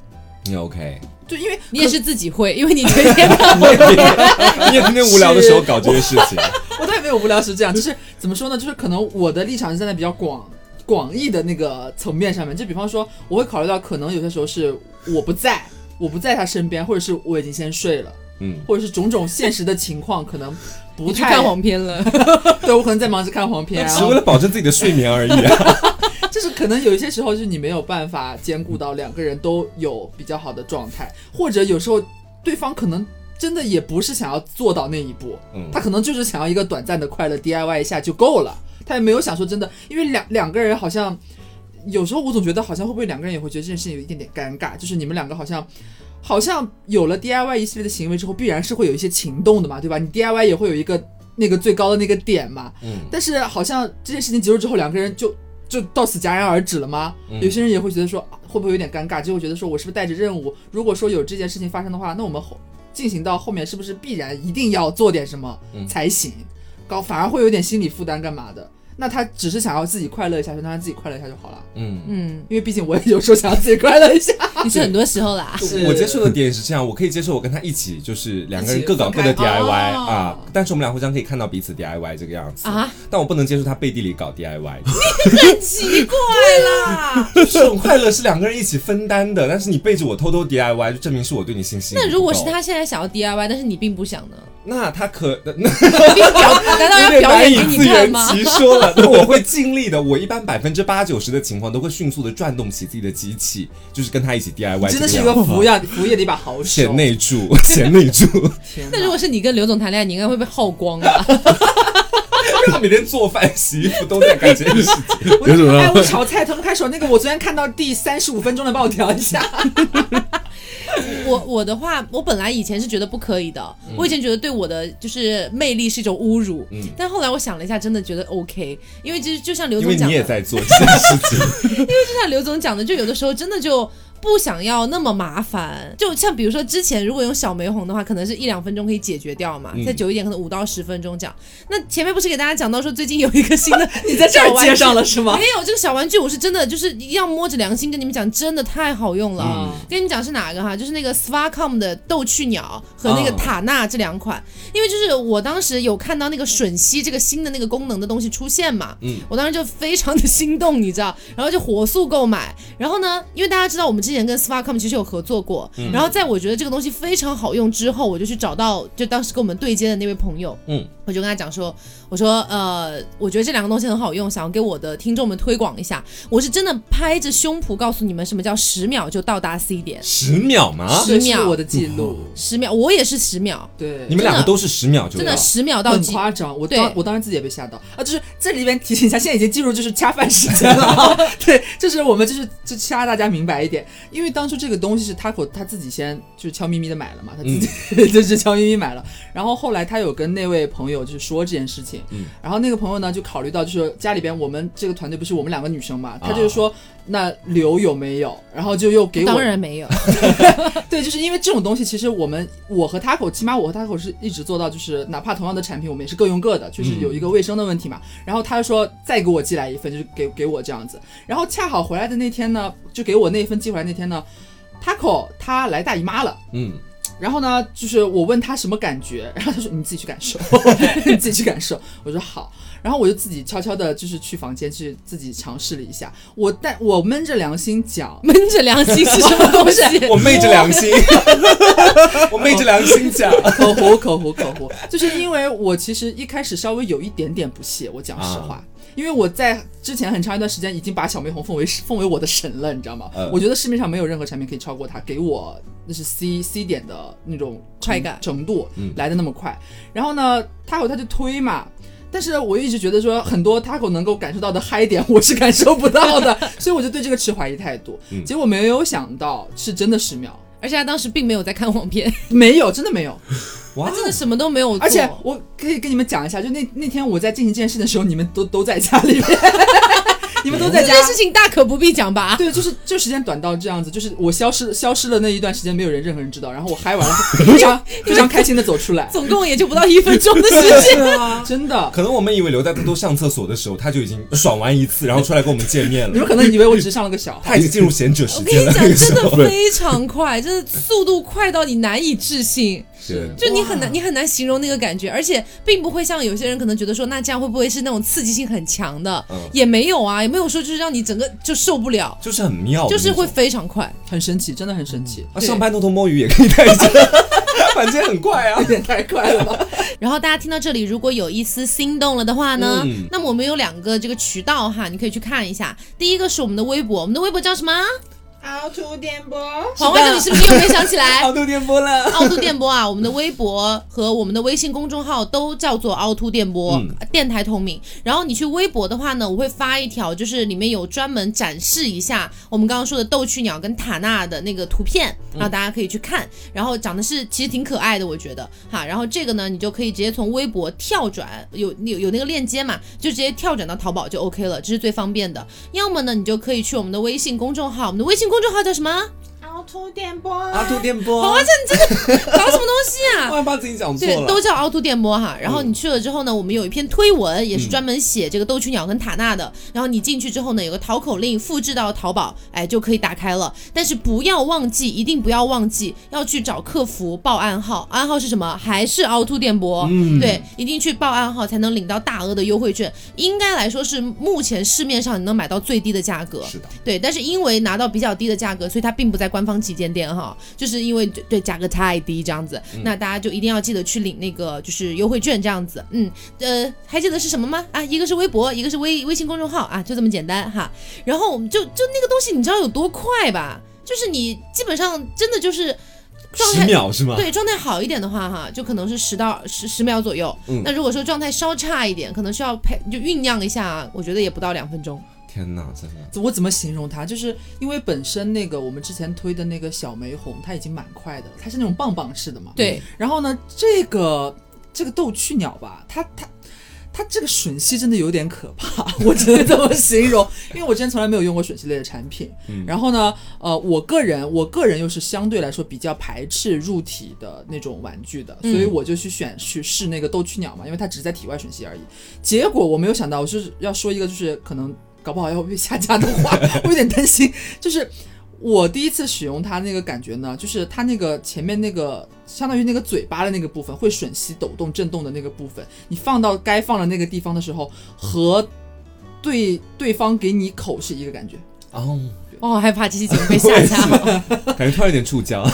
B: 你 OK？
C: 就因为
A: 你也是自己会，因为你天天看
B: 你也你也天天无聊的时候搞这些事情，
C: 我倒也没有无聊时这样，就是怎么说呢？就是可能我的立场是站在比较广广义的那个层面上面，就比方说，我会考虑到可能有些时候是我不在，我不在他身边，或者是我已经先睡了，
B: 嗯，
C: 或者是种种现实的情况，
A: (laughs)
C: 可能不
A: 你去
C: 太
A: 看黄片了， (laughs)
C: (laughs) 对我可能在忙着看黄片，然
B: 是
C: 后
B: 为了保证自己的睡眠而已、啊。
C: (laughs) 就是可能有一些时候，就是你没有办法兼顾到两个人都有比较好的状态，或者有时候对方可能真的也不是想要做到那一步，
B: 嗯
C: 他可能就是想要一个短暂的快乐 DIY 一下就够了，他也没有想说真的，因为两两个人好像有时候我总觉得好像会不会两个人也会觉得这件事情有一点点尴尬，就是你们两个好像。好像有了 DIY 一系列的行为之后，必然是会有一些情动的嘛，对吧？你 DIY 也会有一个那个最高的那个点嘛，
B: 嗯，
C: 但是好像这件事情结束之后，两个人就就到此戛然而止了吗？
B: 嗯
C: 有些人也会觉得说，啊会不会有点尴尬？就会觉得说我是不是带着任务？如果说有这件事情发生的话，那我们后进行到后面是不是必然一定要做点什么
B: 嗯
C: 才行？搞反而会有点心理负担，干嘛的？那他只是想要自己快乐一下，就让他自己快乐一下就好了。
B: 嗯。
A: 嗯，
C: 因为毕竟我也有时候想要自己快乐一下。
A: 你是很多时候啦。
C: 是
B: 我接受的点是这样，我可以接受我跟他一起，就是两个人
C: 一起
B: 各搞各的 DIY
C: 分开哦
B: 啊，但是我们俩互相可以看到彼此 DIY 这个样子
A: 啊，
B: 但我不能接受他背地里搞 DIY，
A: (laughs) 奇怪啦。
B: 就是这种快乐是两个人一起分担的，但是你背着我偷偷 DIY，就证明是我对你信心不够。
A: 那如果是他现在想要 DIY，但是你并不想呢？
B: 那他可那
A: 难道
B: 有
A: 要
B: 点
A: 表演
B: 难以
A: 给你
B: 自
A: 看
B: 圆
A: 吗？
B: 其说了。 (laughs) 那我会尽力的，我一般百分之八九十的情况都会迅速的转动起自己的机器，就是跟他一起 DIY。
C: 真的是一个服务业服务业的一把好手
B: 贤。内助， (laughs) 贤内助，
C: 天哪
A: 那如
B: (laughs)
A: 果是你跟刘总谈恋爱，你应该会被耗光啊吧？
B: 他每天做饭、洗衣服都在干这件事情。
C: 我
D: 有种啊
C: 哎，我炒菜腾开手，那个我昨天看到第三十五分钟的，帮我调一
A: (laughs)
C: 下。
A: 我我的话，我本来以前是觉得不可以的，我以前觉得对我的就是魅力是一种侮辱，
B: 嗯
A: 但后来我想了一下，真的觉得 OK，因为其实就像刘
B: 因
A: 总
B: 为
A: 讲
B: 你
A: 的，
B: 也在做这件事
A: (laughs)
B: 情，
A: 就像刘总讲的，就有的时候真的就。不想要那么麻烦，就像比如说之前如果用小玫红的话，可能是一两分钟可以解决掉嘛，
B: 嗯
A: 再久一点可能五到十分钟这样。那前面不是给大家讲到说最近有一个新的，
C: 你在这儿接上了是吗
A: 没？有这个小玩具，我是真的就是要摸着良心跟你们讲，真的太好用了。
B: 嗯
A: 跟你们讲是哪个哈，就是那个 Swacom 的逗趣鸟和那个
B: 哦
A: 塔纳这两款，
B: 嗯
A: 因为就是我当时有看到那个吮吸这个新的那个功能的东西出现嘛，
B: 嗯
A: 我当时就非常的心动，你知道，然后就火速购买，然后呢，因为大家知道我们之前跟 Swacom 其实有合作过，
B: 嗯
A: 然后在我觉得这个东西非常好用之后，我就去找到就当时跟我们对接的那位朋友，
B: 嗯，
A: 我就跟他讲说，我说呃，我觉得这两个东西很好用，想要给我的听众们推广一下，我是真的拍着胸脯告诉你们什么叫十秒就到达 C 点。
B: 十秒吗？
A: 十
C: 这是
A: 秒
C: 我的记录，
A: 十秒，我也是十秒，
C: 对，
B: 你们两个都是十秒就
C: 啊
A: 真的
B: 到
A: 十秒到
C: 很
A: 几。
C: 夸张，我
A: 对
C: 当我当时自己也被吓到啊！就是这里边提醒一下，现在已经进入就是恰 (laughs) 饭时间了 (laughs) 啊，对，就是我们就是就掐大家明白一点，因为当初这个东西是 Taco 他自己先就是悄咪咪的买了嘛，他自己、
B: 嗯
C: (laughs) 就是悄咪咪买了，然后后来他有跟那位朋友就是说这件事情，
B: 嗯
C: 然后那个朋友呢就考虑到就是家里边我们这个团队不是我们两个女生嘛，他
B: 啊
C: 就是说、那刘有没有，然后就又给我
A: 当然没有，
C: 对，就是因为这种东西，其实我们我和 Taco，起码我和 Taco 是一直做到，就是哪怕同样的产品，我们也是各用各的，就是有一个卫生的问题嘛。然后他就说再给我寄来一份，就是给给我这样子。然后恰好回来的那天呢，就给我那一份寄回来那天呢，Taco 他来大姨妈了。
B: 嗯
C: 然后呢，就是我问他什么感觉，然后他说你自己去感受，你自己去感受。我说好，然后我就自己悄悄的，就是去房间去自己尝试了一下。我但我闷着良心讲，
A: 闷着良心是什么东
C: (laughs)
A: 西？
B: 我昧着良心， (laughs) 我昧着良心
A: (laughs)
B: 讲，
C: 口胡口胡口胡，就是因为我其实一开始稍微有一点点不屑，我讲实
B: 啊
C: 话。因为我在之前很长一段时间已经把小玫红奉为奉为我的神了，你知道吗？
B: 嗯
C: 我觉得市面上没有任何产品可以超过它，给我那是 C C 点的那种
A: 快感
C: 程度
B: 嗯
C: 来的那么快。然后呢，Taco 他就推嘛，但是我一直觉得说很多 Taco 能够感受到的嗨点， (laughs) 我是感受不到的，所以我就对这个持怀疑态度。
B: 嗯
C: 结果没有想到是真的十秒，
A: 而且他当时并没有在看网片，
C: 没有，真的没有。
B: 哇
A: 他，真的什么都没有做。
C: 哦而且我可以跟你们讲一下，就那那天我在进行这件事的时候，你们都都在家里面，你们都在
A: 这
C: 家。
A: 件事情大可不必讲吧？
C: (laughs) 对，就是就时间短到这样子，就是我消失消失了那一段时间，没有人任何人知道，然后我嗨完了，非常非常开心的走出
A: (laughs)
C: 来，
A: 总共也就不到一分钟的
C: (laughs)
A: 啊时间。
C: 真的。
B: 可能我们以为留在偷偷上厕所的时候，他就已经爽完一次，然后出来跟我们见面
C: 你
A: (laughs)
C: 们
B: 了，
C: 可能以为我只是上了个小号，
B: 他已经进入贤者时
A: 我跟
B: 间
A: 你
B: 了。
A: 讲
B: 那，个时
A: 真的
B: 候，
A: 非常快，真的速度快到你难以置信，
B: 是
A: 就你很
C: 哇
A: 难你很难形容那个感觉，而且并不会像有些人可能觉得说，那这样会不会是那种刺激性很强的？
B: 嗯
A: 也没有啊，也没有说就是让你整个就受不了，
B: 就是很妙的那
A: 就
B: 种，
A: 是会非常快。
C: 很神奇，真的很神奇，哦
B: 啊，上班偷偷摸鱼也可以带着，反正很快啊
C: 有。点太快了吧？
A: 然后大家听到这里，如果有一丝心动了的话呢，
B: 嗯
A: 那么我们有两个这个渠道哈，你可以去看一下。第一个是我们的微博，我们的微博叫什么？
E: 凹凸电波，
A: 黄外头，你是不是又没想起
B: (laughs)
A: 来？
B: 好，都颠簸了。
C: (laughs)
A: 凹凸电波啊，我们的微博和我们的微信公众号都叫做凹凸电波、
B: 嗯
A: 呃电台同名。然后你去微博的话呢，我会发一条，就是里面有专门展示一下我们刚刚说的逗趣鸟跟塔纳的那个图片，然后大家可以去看。然后长得是其实挺可爱的，我觉得哈。然后这个呢，你就可以直接从微博跳转，有有有那个链接嘛，就直接跳转到淘宝就 OK 了，这是最方便的。要么呢，你就可以去我们的微信公众号，我们的微信公众号叫什么？
E: 凹凸电波， (laughs)
B: 阿兔电波，
A: 好啊搞什么东西啊
B: 突？然把自己讲错
A: 对，
B: 了，嗯
A: 都叫凹凸电波哈。然后你去了之后呢，我们有一篇推文，也是专门写这个斗群鸟跟塔纳的。然后你进去之后呢，有个淘口令，复制到淘宝，哎，就可以打开了。但是不要忘记，一定不要忘记要去找客服报暗号，暗号是什么？还是凹凸电波？
B: 嗯
A: 对，一定去报暗号才能领到大额的优惠券。应该来说是目前市面上你能买到最低的价格。
B: 是的，
A: 对，但是因为拿到比较低的价格，所以它并不在官方旗舰店哈，就是因为对对价格太低这样子，
B: 嗯
A: 那大家就一定要记得去领那个就是优惠券这样子，嗯，呃，还记得是什么吗？啊，一个是微博，一个是微微信公众号啊，就这么简单哈。然后我们就就那个东西，你知道有多快吧？就是你基本上真的就是状
B: 十
A: 态。
B: 秒是吗？
A: 对状态好一点的话，哈，就可能是十到十十秒左右。
B: 嗯
A: 那如果说状态稍差一点，可能需要配就酝酿一下，我觉得也不到两分钟。
B: 天哪，真的，
C: 我怎么形容它？就是因为本身那个我们之前推的那个小玫红，它已经蛮快的，它是那种棒棒式的嘛。
A: 对，
C: 然后呢，这个这个斗趣鸟吧，它它它这个吮吸真的有点可怕， (laughs) 我只能这么形容，因为我之前从来没有用过吮吸类的产品。
B: 嗯
C: 然后呢，呃，我个人我个人又是相对来说比较排斥入体的那种玩具的，所以我就去选去试那个斗趣鸟嘛，因为它只是在体外吮吸而已。结果我没有想到，我是要说一个就是可能搞不好要被下架的话，我有点担心，就是。我第一次使用它那个感觉呢，就是它那个前面那个相当于那个嘴巴的那个部分会吮吸、抖动、震动的那个部分，你放到该放的那个地方的时候，和对对方给你口是一个
A: (laughs)
C: 感觉。
B: 哦，
A: 我好害怕这期节目被
B: (laughs)
A: 下架。
B: 感觉突然有点触礁，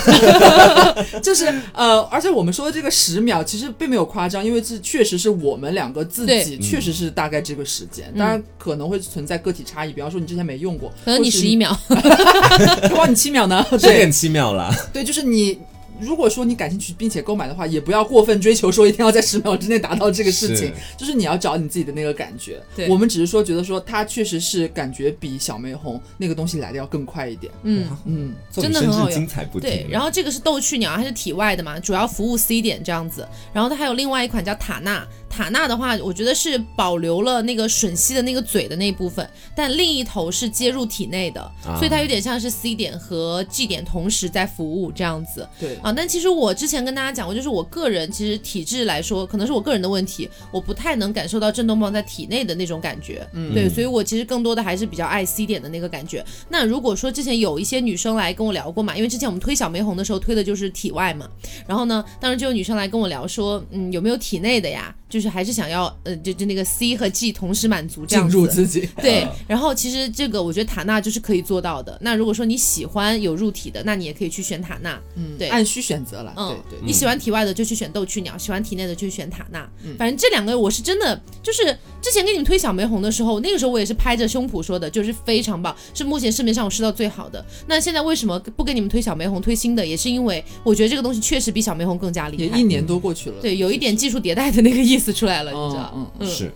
C: 就是呃，而且我们说的这个十秒其实并没有夸张，因为这确实是我们两个自己
A: 对
C: 确实是大概这个时间，
A: 嗯
C: 当然可能会存在个体差异，比方说你之前没用过，
A: 可能你十一
C: (laughs) 秒，
A: 秒，
C: 可能你七
A: (laughs)
C: 秒呢，
B: (laughs) 十
C: 对
B: 点七秒啦，
C: 对，就是你。如果说你感兴趣并且购买的话，也不要过分追求说一定要在十秒之内达到这个事情
B: 是，
C: 就是你要找你自己的那个感觉。
A: 对
C: 我们只是说觉得说它确实是感觉比小玫红那个东西来的要更快一点。
A: 嗯，
C: 嗯，
B: 做
A: 真的
B: 女
A: 很
B: 生
A: 好
B: 是
A: 用
B: 精彩不停。
A: 对。然后这个是逗趣鸟，它是体外的嘛，主要服务 C 点这样子。然后它还有另外一款叫塔纳，塔纳的话，我觉得是保留了那个吮吸的那个嘴的那一部分，但另一头是接入体内的，
B: 啊
A: 所以它有点像是 C 点和 G 点同时在服务这样子。
C: 对，
A: 啊，但其实我之前跟大家讲过，就是我个人其实体质来说，可能是我个人的问题，我不太能感受到震动棒在体内的那种感觉。
C: 嗯
A: 对，所以我其实更多的还是比较爱 C 点的那个感觉。那如果说之前有一些女生来跟我聊过嘛，因为之前我们推小玫红的时候推的就是体外嘛，然后呢，当时就有女生来跟我聊说，嗯，有没有体内的呀？就是还是想要呃，就就那个 C 和 G 同时满足这
C: 进
A: 样
C: 入
A: 子。
C: 自己，
A: 对
B: 啊，
A: 然后其实这个我觉得塔纳就是可以做到的。那如果说你喜欢有入体的，那你也可以去选塔纳。
C: 嗯，
A: 对
C: 按需选择了，
A: 嗯
C: 对
A: 你喜欢体外的就去选斗趣鸟，喜欢体内的就去选塔纳。
C: 嗯
A: 反正这两个我是真的，就是之前给你们推小玫红的时候，那个时候我也是拍着胸脯说的，就是非常棒，是目前市面上我试到最好的。那现在为什么不给你们推小玫红，推新的，也是因为我觉得这个东西确实比小玫红更加
C: 对，也
A: 厉
C: 一
A: 害。
C: 年多过去了，
A: 对，有一点技术迭代的那个意思出来了，
C: 嗯
A: 你知道？
C: 嗯
A: 嗯，
B: 是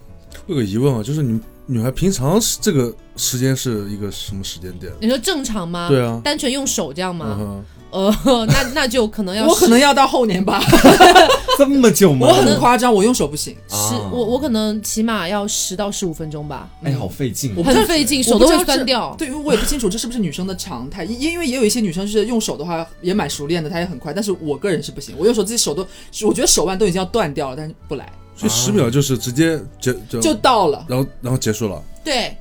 D: 我有个疑问啊，就是你们女孩平常是这个时间是一个什么时间点？
A: 你说正常吗？
D: 对啊，
A: 单纯用手这样
D: 嗯
A: 吗？
D: 哼，
A: 呃， (laughs) 那那就可能要
C: 我可
A: 十
C: 能要到后年吧，
B: 这么久吗
C: 我？很夸张，我用手不行，
A: 十，
B: 啊
A: 我我可能起码要十到十五分钟吧，
B: 哎，好费劲
C: 我，不知道
A: 很费劲，
C: 我
A: 手
C: 不
A: 都
C: 知道
A: 会
C: 这
A: 酸掉。
C: 对，因为我也不清楚这是不是女生的常态，因因因为也有一些女生是用手的话也蛮熟练的，她也很快，但是我个人是不行，我用手自己手都，我觉得手腕都已经要断掉了，但是不来
D: 所以十秒就是直接结就
C: 啊就到了，
D: 然后然后结束了。
A: 对，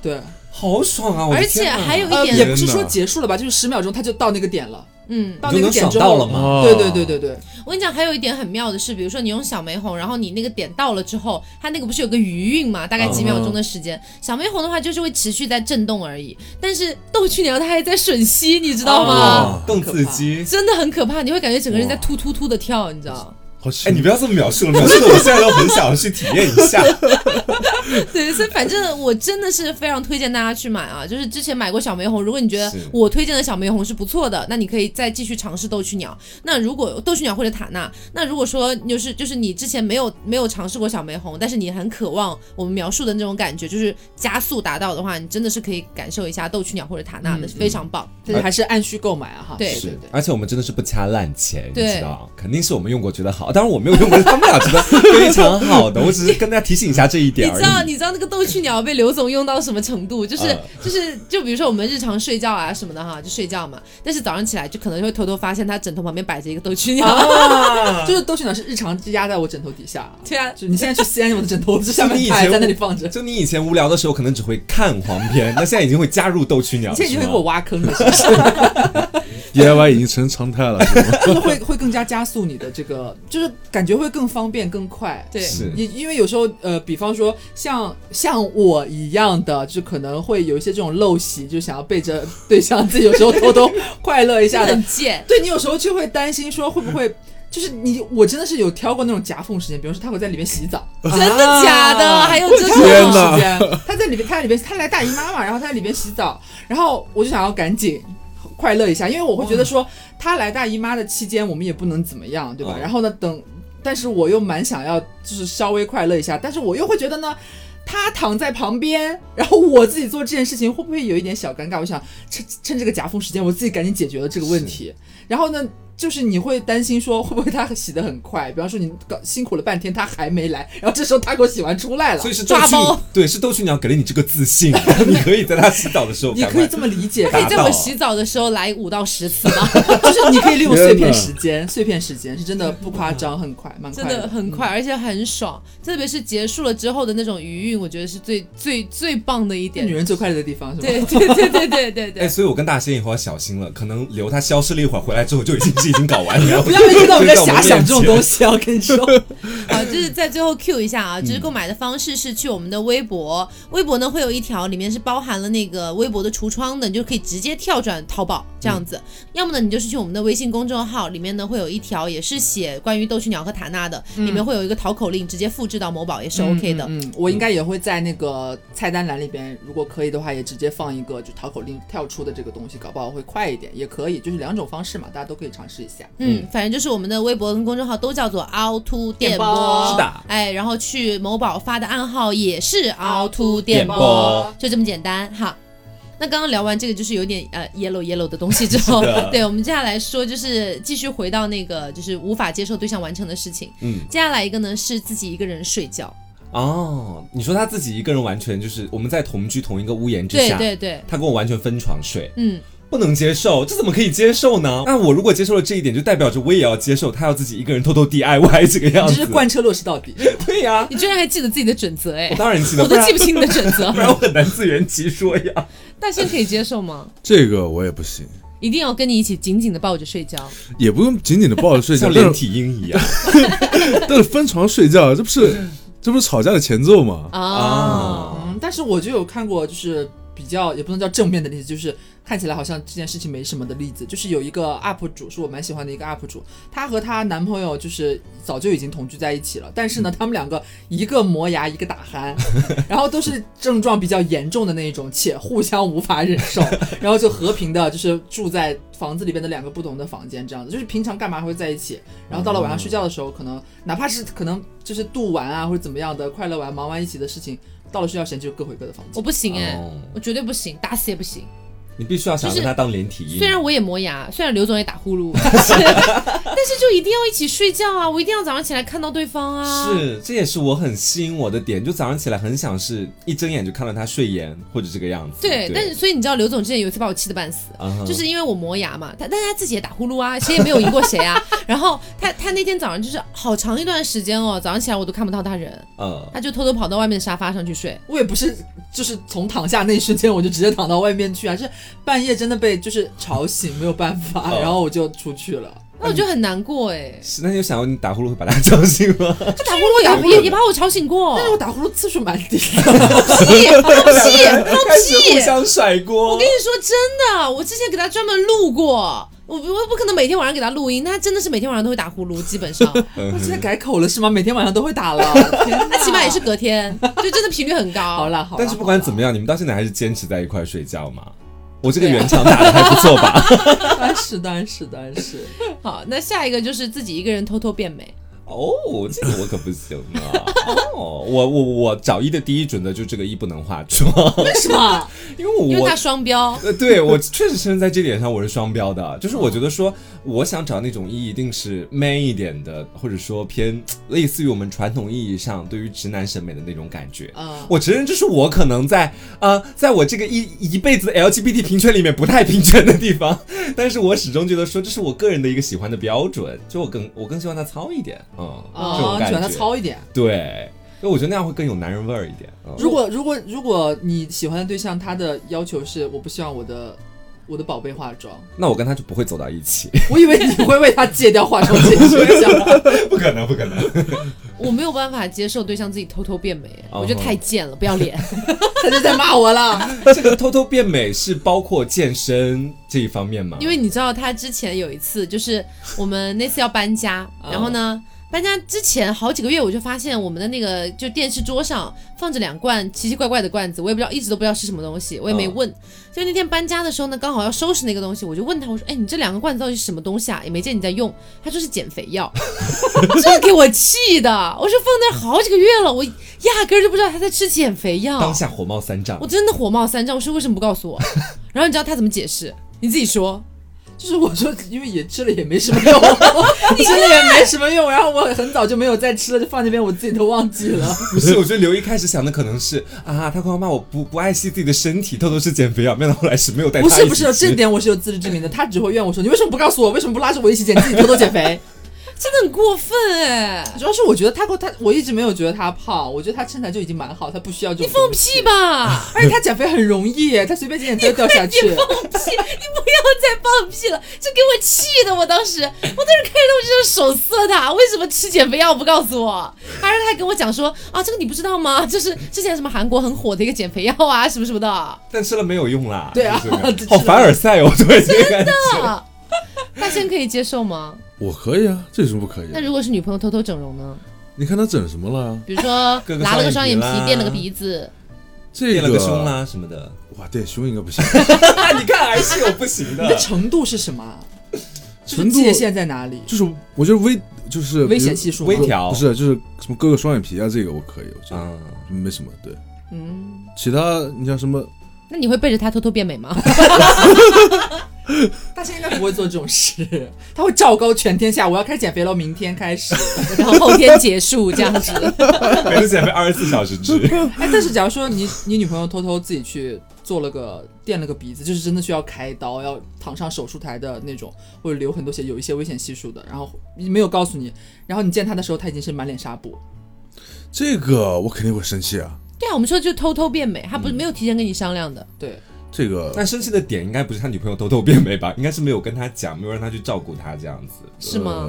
C: 对，
B: 好爽啊！我的
A: 而且
B: 天哪
A: 还有一
C: 呃
A: 点
C: 也不是
B: 天哪
C: 说结束了吧，就是十秒钟她就到那个点了，
A: 嗯，
C: 到
B: 你就
C: 那个
B: 能
C: 点
B: 想
C: 之
B: 到
C: 后
B: 了吗？
C: 对对对对对，
A: 我跟你讲，还有一点很妙的是，比如说你用小玫红，然后你那个点到了之后，它那个不是有个余韵嘛，大概几秒钟的时间。小玫红的话就是会持续在震动而已，但是斗趣鸟它还在吮吸，你知道吗？
B: 啊更刺激。
A: 真的很可怕，你会感觉整个人在突突突的跳，你知道？
D: 好奇
B: 哎，你不要这么描述了，描述的我现在都很想去体验一下。
A: (laughs) 对，所以反正我真的是非常推荐大家去买啊！就是之前买过小玫红，如果你觉得
B: 是
A: 我推荐的小玫红是不错的，那你可以再继续尝试斗趣鸟。那如果斗趣鸟或者塔纳，那如果说就是就是你之前没有没有尝试过小玫红，但是你很渴望我们描述的那种感觉，就是加速达到的话，你真的是可以感受一下斗趣鸟或者塔纳的，
C: 嗯
A: 非常棒。
C: 但是还是按需购买啊哈，
A: 对
C: 对
B: 是
C: 对，，
B: 而且我们真的是不掐烂钱，你
A: 对
B: 知道，肯定是我们用过觉得好，当然我没有用过，他们俩觉得非常好的，我只是跟大家提醒一下这一点
A: 你
B: 而
A: 知道
B: 已。
A: 你知道那个斗趣鸟被刘总用到什么程度？就是、
B: 嗯
A: 就是就比如说我们日常睡觉啊什么的哈，就睡觉嘛，但是早上起来就可能会偷偷发现他枕头旁边摆着一个斗趣鸟。
C: 对就是都是呢是日常压在我枕头底下啊，
A: (laughs) 对啊，
C: 就你现在去掀我的枕头，我这下面
B: 你以
C: 它
B: 前
C: 还在那里放着，
B: 就你以前无聊的时候，可能只会看黄片，那现在已经会加入斗趣鸟了，
C: 你现在已经会
B: 是吗
C: 给我挖坑了，是不是？
D: DIY 已经成常态了，是吗？
C: 就是会 (laughs) 会更加加速你的这个，就是感觉会更方便更快，
A: 对，
B: 是
C: 也因为有时候，呃，比方说像像我一样的，就可能会有一些这种陋习，就想要背着 (laughs) 对象，自己有时候偷偷快乐一
A: 真
C: 下
A: 的
C: 的
A: 很。贱。
C: 对你有时候就会担心说会不会，就是你我真的是有挑过那种夹缝时间，比如说他会在里面洗澡，
A: 真的假的？还有这
C: 我有挑
D: 天
A: 种？
C: 过那种时
D: 哪
C: 间，他在里面他在里面他来大姨妈嘛，然后他在里面洗澡，然后我就想要赶紧。快乐一下，因为我会觉得说，他来大姨妈的期间，我们也不能怎么样，对吧？
B: 嗯
C: 然后呢，等，但是我又蛮想要，就是稍微快乐一下，但是我又会觉得呢，他躺在旁边，然后我自己做这件事情，会不会有一点小尴尬？我想趁趁这个夹缝时间，我自己赶紧解决了这个问题。然后呢，就是你会担心说，会不会他洗得很快？比方说你搞辛苦了半天，他还没来，然后这时候他给我洗完出来了
B: 所以。是斗
A: 抓
B: 趣
A: 包，
B: 对，是斗趣鸟给了你这个自信， (laughs) 你可以在它洗澡的时候，
C: 你
B: 赶
C: 可
B: 快
C: 以这么理解吧
A: 可
C: (laughs)
A: 以
B: 打
A: 在
B: 到
A: 我洗澡的时候来五到十次吗？ (laughs)
C: 就是你可以利用
D: 天
C: 碎片
D: 哪
C: 时间，碎片时间是真的不夸张，很快，蛮快
A: 真的很快，
C: 嗯
A: 而且很爽，特别是结束了之后的那种余韵，我觉得是最最最棒的一
C: 这
A: 点
C: 女。人最快乐的地方是吧？
A: 对对对对对对
B: 哎，
A: 对，
B: 所以我跟大仙以后要小心了，可能留它消失了一会儿，回来之后就已经是已经搞完了。 (laughs)
C: 不要每天到我们在遐想这种东
B: 西。
C: 西啊！我跟你说，
A: (laughs) 好，啊就是在最后 Q 一下啊，就是购买的方式是去我们的微博，微博呢会有一条里面是包含了那个微博的橱窗的，你就可以直接跳转淘宝这样子。要么呢，你就是去我们的微信公众号里面呢会有一条也是写关于斗趣鸟和塔纳的，里面会有一个淘口令，直接复制到某宝也是 OK 的。
C: 嗯，嗯我应该也会在那个菜单栏里边，如果可以的话，也直接放一个就淘口令跳出的这个东西，搞不好会快一点，也可以，就是两种方式嘛，大家都可以尝试一下。
A: 嗯，反正就是我们的微博跟公众号都叫做凹凸电
C: 电
A: 波，
C: 波是
B: 的
A: 哎，然后去某宝发的暗号也是凹凸电
B: 电波
A: 就这么简单。好，那那刚刚聊完这个，就是有点呃 yellow yellow 的东西之后
B: 是
A: (laughs)
B: 的，
A: 对我们接下来说，就是继续回到那个就是无法接受对象完成的事情。
B: 嗯，
A: 接下来一个呢是自己一个人睡觉。
B: 哦，你说他自己一个人完全就是我们在同居同一个屋檐之
A: 对
B: 下，
A: 对对，
B: 他跟我完全分床睡，
A: 嗯，
B: 不能接受，这怎么可以接受呢？那我如果接受了这一点，就代表着我也要接受他要自己一个人偷偷 DIY 这个样
C: 你
B: 子。
C: 这是贯彻落实到底。
B: 对呀、
A: 你居然还记得自己的准则哎
B: 我，当然记得，
A: (laughs) 我
B: 不
A: 都
B: 然
A: 记不清你的准则
B: (laughs) 不。然我很难自圆其说呀。
A: 大仙可以接受吗？
D: 这个我也不行，
A: 一定要跟你一起紧紧的抱着睡觉。
D: 也不用紧紧的抱着睡觉
B: (laughs) 像，连体婴一样
D: 但是但是分床睡觉，这不是这不是吵架的前奏吗？
B: 哦
A: 啊，
C: 嗯，但是我就有看过，就是比较也不能叫正面的例子，就是看起来好像这件事情没什么的例子，就是有一个 UP 主是我蛮喜欢的一个 UP 主，她和她男朋友就是早就已经同居在一起了，但是呢，他们两个一个磨牙，一个打鼾，然后都是症状比较严重的那一种，且互相无法忍受，然后就和平的，就是住在房子里边的两个不同的房间，这样子，就是平常干嘛会在一起，然后到了晚上睡觉的时候，可能哪怕是可能就是度完啊或者怎么样的快乐完忙完一起的事情，到了睡觉时间就各回各的房
A: 我
C: 间。
A: 不行哎
B: 哦，
A: 我绝对不行，打死也不行。
B: 你必须要想跟他当连体婴。
A: 虽然我也磨牙，虽然刘总也打 (laughs) 呼噜，但是但是就一定要一起睡觉啊！我一定要早上起来看到对方啊！，
B: 是，这也是我很吸引我的点，就早上起来很想是一睁眼就看到他睡颜或者这个样子。
A: 对
B: 对，，
A: 但是所以你知道刘总之前有一次把我气得半死。
B: 嗯哼
A: 就是因为我磨牙嘛，他但是他自己也打呼噜啊，谁也没有赢过谁 (laughs) 啊。然后他他那天早上就是好长一段时间哦，早上起来我都看不到他人，
B: 呃，
A: 他就偷偷跑到外面的沙发上去睡。
C: 我也不是，就是从躺下那一瞬间，我就直接躺到外面去啊，是半夜真的被就是吵醒，没有办法，
B: 哦
C: 然后我就出去了。
A: 那我觉得很难过哎，
B: 是那你有想过你打呼噜会把他吵醒
A: (laughs)
B: 吗？
A: 他打呼噜也也也把我吵醒
B: 哦
A: 过，
C: 但是我打呼噜次数蛮低
B: (laughs)
C: 的，
A: 气抛气
B: 开始互
A: 抛气！
B: 相甩锅。
A: 我跟你说真的，我之前给他专门录过，我不我不可能每天晚上给他录音，他真的是每天晚上都会打呼噜，基本
B: (laughs)
A: 上，
B: 嗯
C: 我现在改口了是吗？每天晚上都会打了，天哪
A: 那起码也是隔
B: (laughs)
A: 天，就真的频率很高。
C: 好，啦好啦。
B: 但是不管怎么样，你们到现在还是坚持在一块睡觉嘛？我这个
A: 对啊
B: 原唱打的还不错
A: (laughs)
B: 吧？
C: 好啦，当然是当然是当然是，
A: 好，那下一个就是自己一个人偷偷变美，
B: 哦，这个我可不行啊！哦，我我我找一的第一准则就这个一不能化妆，
C: 为什么？
B: (laughs) 因为我
A: 因为他双标。
B: 呃，对我确实是在这点上我是双标的，啊就是我觉得说我想找那种意义一定是 man 一点的，或者说偏类似于我们传统意义上对于直男审美的那种感觉。 (laughs)
C: 嗯，
B: 我承认这是我可能在呃，在我这个一一辈子的 LGBT 平权里面不太平权的地方，但是我始终觉得说这是我个人的一个喜欢的标准，就我更我更喜欢他糙一点，嗯，这种
C: 哦，
B: 感
C: 喜
B: 觉，
C: 欢他糙一点。
B: 对，因为我觉得那样会更有男人味儿一点。嗯
C: 如果如果如果你喜欢的对象，他的要求是我不希望我的我的宝贝化妆，
B: 那我跟他就不会走到一起， (laughs)
C: 我以为你会为他戒掉化妆这件事情。
B: 不可能，不可能。
A: 我没有办法接受对象自己偷偷变美，
B: 哦
A: 我觉得太贱了，不要脸。
C: 他就在骂我了。
B: 这个偷偷变美是包括健身这一方面吗？
A: 因为你知道他之前有一次，就是我们那次要搬家，
B: 嗯
A: 然后呢。搬家之前好几个月，我就发现我们的那个就电视桌上放着两罐奇奇怪怪的罐子，我也不知道，一直都不知道是什么东西，我也没问。
B: 嗯
A: 就那天搬家的时候呢，刚好要收拾那个东西，我就问他，我说：“哎，你这两个罐子到底是什么东西啊？也没见你在用。”他说是减肥
B: (laughs)
A: 药，这给我气的。我说放那儿好几个月了，我压根儿就不知道他在吃减肥药。
B: 当下火冒三丈 (laughs)
A: 我，真的火冒三丈，我说为什么不告诉我？然后你知道他怎么解释？你自己说。
C: 就是我说，因为也吃了也没什么 (laughs) 用，吃了也没什么用，然后我很早就没有再吃了，就放那边，我自己都忘记 (laughs) 了。
B: 不是，我觉得刘一开始想的可能是啊，他快要骂我不不爱惜自己的身体，偷偷吃减肥药，没想到后来是没有带哎他一
C: 不
B: 起
C: 是不是，
B: 吃
C: 这点我是有自知之明的。他只会怨我说，你为什么不告诉我？为什么不拉着我一起减，自己偷偷减 (laughs) 肥？
A: 真的很过分哎、
C: 主要是我觉得他跟他，我一直没有觉得他胖，我觉得他身材就已经蛮好，他不需要这种。
A: 放！屁吧！
C: 而且哎他减肥很容易，他随便减减肥就掉下去。
A: 放屁！你不要再放屁了，这给我气的！我当时，我当时看着我就手涩他，为什么吃减肥药不告诉我？而且他还跟我讲说啊，这个你不知道吗？就是之前什么韩国很火的一个减肥药啊，什么什么的。
B: 但吃了没有用啦。
C: 对啊
B: 就是那个
C: 这吃
B: 好
C: 了
B: 凡尔赛哦，对这个感觉。
A: 啊大仙可以接受吗？
D: 我可以啊，这有什么不可以
A: 那
D: 的？
A: 如果是女朋友偷偷整容呢？
D: 你看他整什么了？
A: 比如 (laughs) 说
B: 割个
A: 拉了个双眼皮
B: 双眼皮，啦
A: 垫了个鼻子，
D: 这
B: 变了个胸，啦什么的，
D: 哇，对，胸应该不行。
B: 你看还是有不行
C: (laughs) (laughs) 你的程度是什么？就是
D: 程
C: (laughs)
D: 度
C: 界限在哪里？
D: 就是我觉得微就是
C: 危险系数吗
B: 微调
D: 不是就是什么割
B: 嗯
D: 个双眼皮啊，这个我可以，我觉得
B: 啊，
D: 没什么。对，
C: 嗯，
D: 其他你像什么
A: 那你会背着他偷偷变美吗？
C: 大仙应该不会做这种事， (laughs) 他会昭告全天下，我要开始减肥了，明天开始。
A: 然后后天结束这 (laughs) 样子，
B: 每次减肥二十四小时制， (laughs)
C: (laughs) 哎，但是假如说你你女朋友偷偷自己去做了个垫了个鼻子，就是真的需要开刀，要躺上手术台的那种，或者流很多血，有一些危险系数的，然后没有告诉你，然后你见她的时候，她已经是满脸纱布。
D: 这个我肯定会生气啊。
A: 对啊，我们说就偷偷变美，他不是没有提前跟你商量的。
C: 对，
D: 这个 (laughs)
B: 但生气的点应该不是他女朋友偷偷变美吧？应该是没有跟他讲，没有让他去照顾他这样子。
A: 是吗？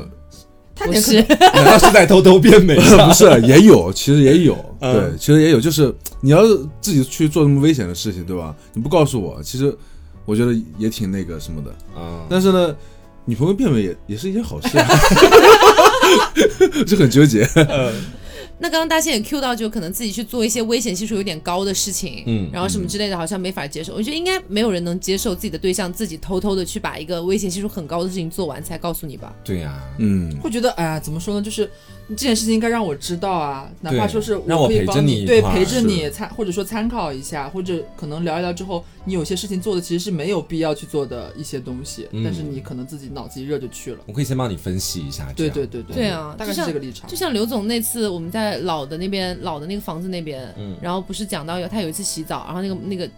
C: 她
A: 不
C: 连可
A: 是，
B: 难道是在偷偷变美上？ (laughs)
D: 不是啊也有，其实也有，
B: 嗯
D: 对，其实也有，就是你要是自己去做这么危险的事情，对吧？你不告诉我，其实我觉得也挺那个什么的。
B: 嗯，
D: 但是呢，女朋友变美也也是一件好事、啊， (laughs) 就很纠结。
A: (laughs) 那刚刚大仙也 Q 到，就可能自己去做一些危险系数有点高的事情，
B: 嗯
A: 然后什么之类的，好像没法接受。我觉得应该没有人能接受自己的对象自己偷偷的去把一个危险系数很高的事情做完才告诉你吧。
B: 对呀、
D: 嗯，
C: 会觉得，哎呀，怎么说呢？就是这件事情应该让我知道啊，哪怕
B: 对
C: 说是
B: 让我
C: 可以
B: 陪着
C: 帮
B: 你一
C: 对，
B: 块儿
C: 陪着
B: 是
C: 你参，或者说参考一下，或者可能聊一聊之后，你有些事情做的其实是没有必要去做的一些东西，但是
B: 嗯
C: 你可能自己脑子一热就去了。
B: 我可以先帮你分析一下。
C: 对
B: 这
C: 对
B: 样，
C: 对对
A: 对啊
C: 大
A: 就
C: 概
A: 是像
C: 这个立场
A: 就。像刘总那次我们在老的那边，老的那个房子那边，
B: 嗯
A: 然后不是讲到有他有一次洗澡，然后那个那个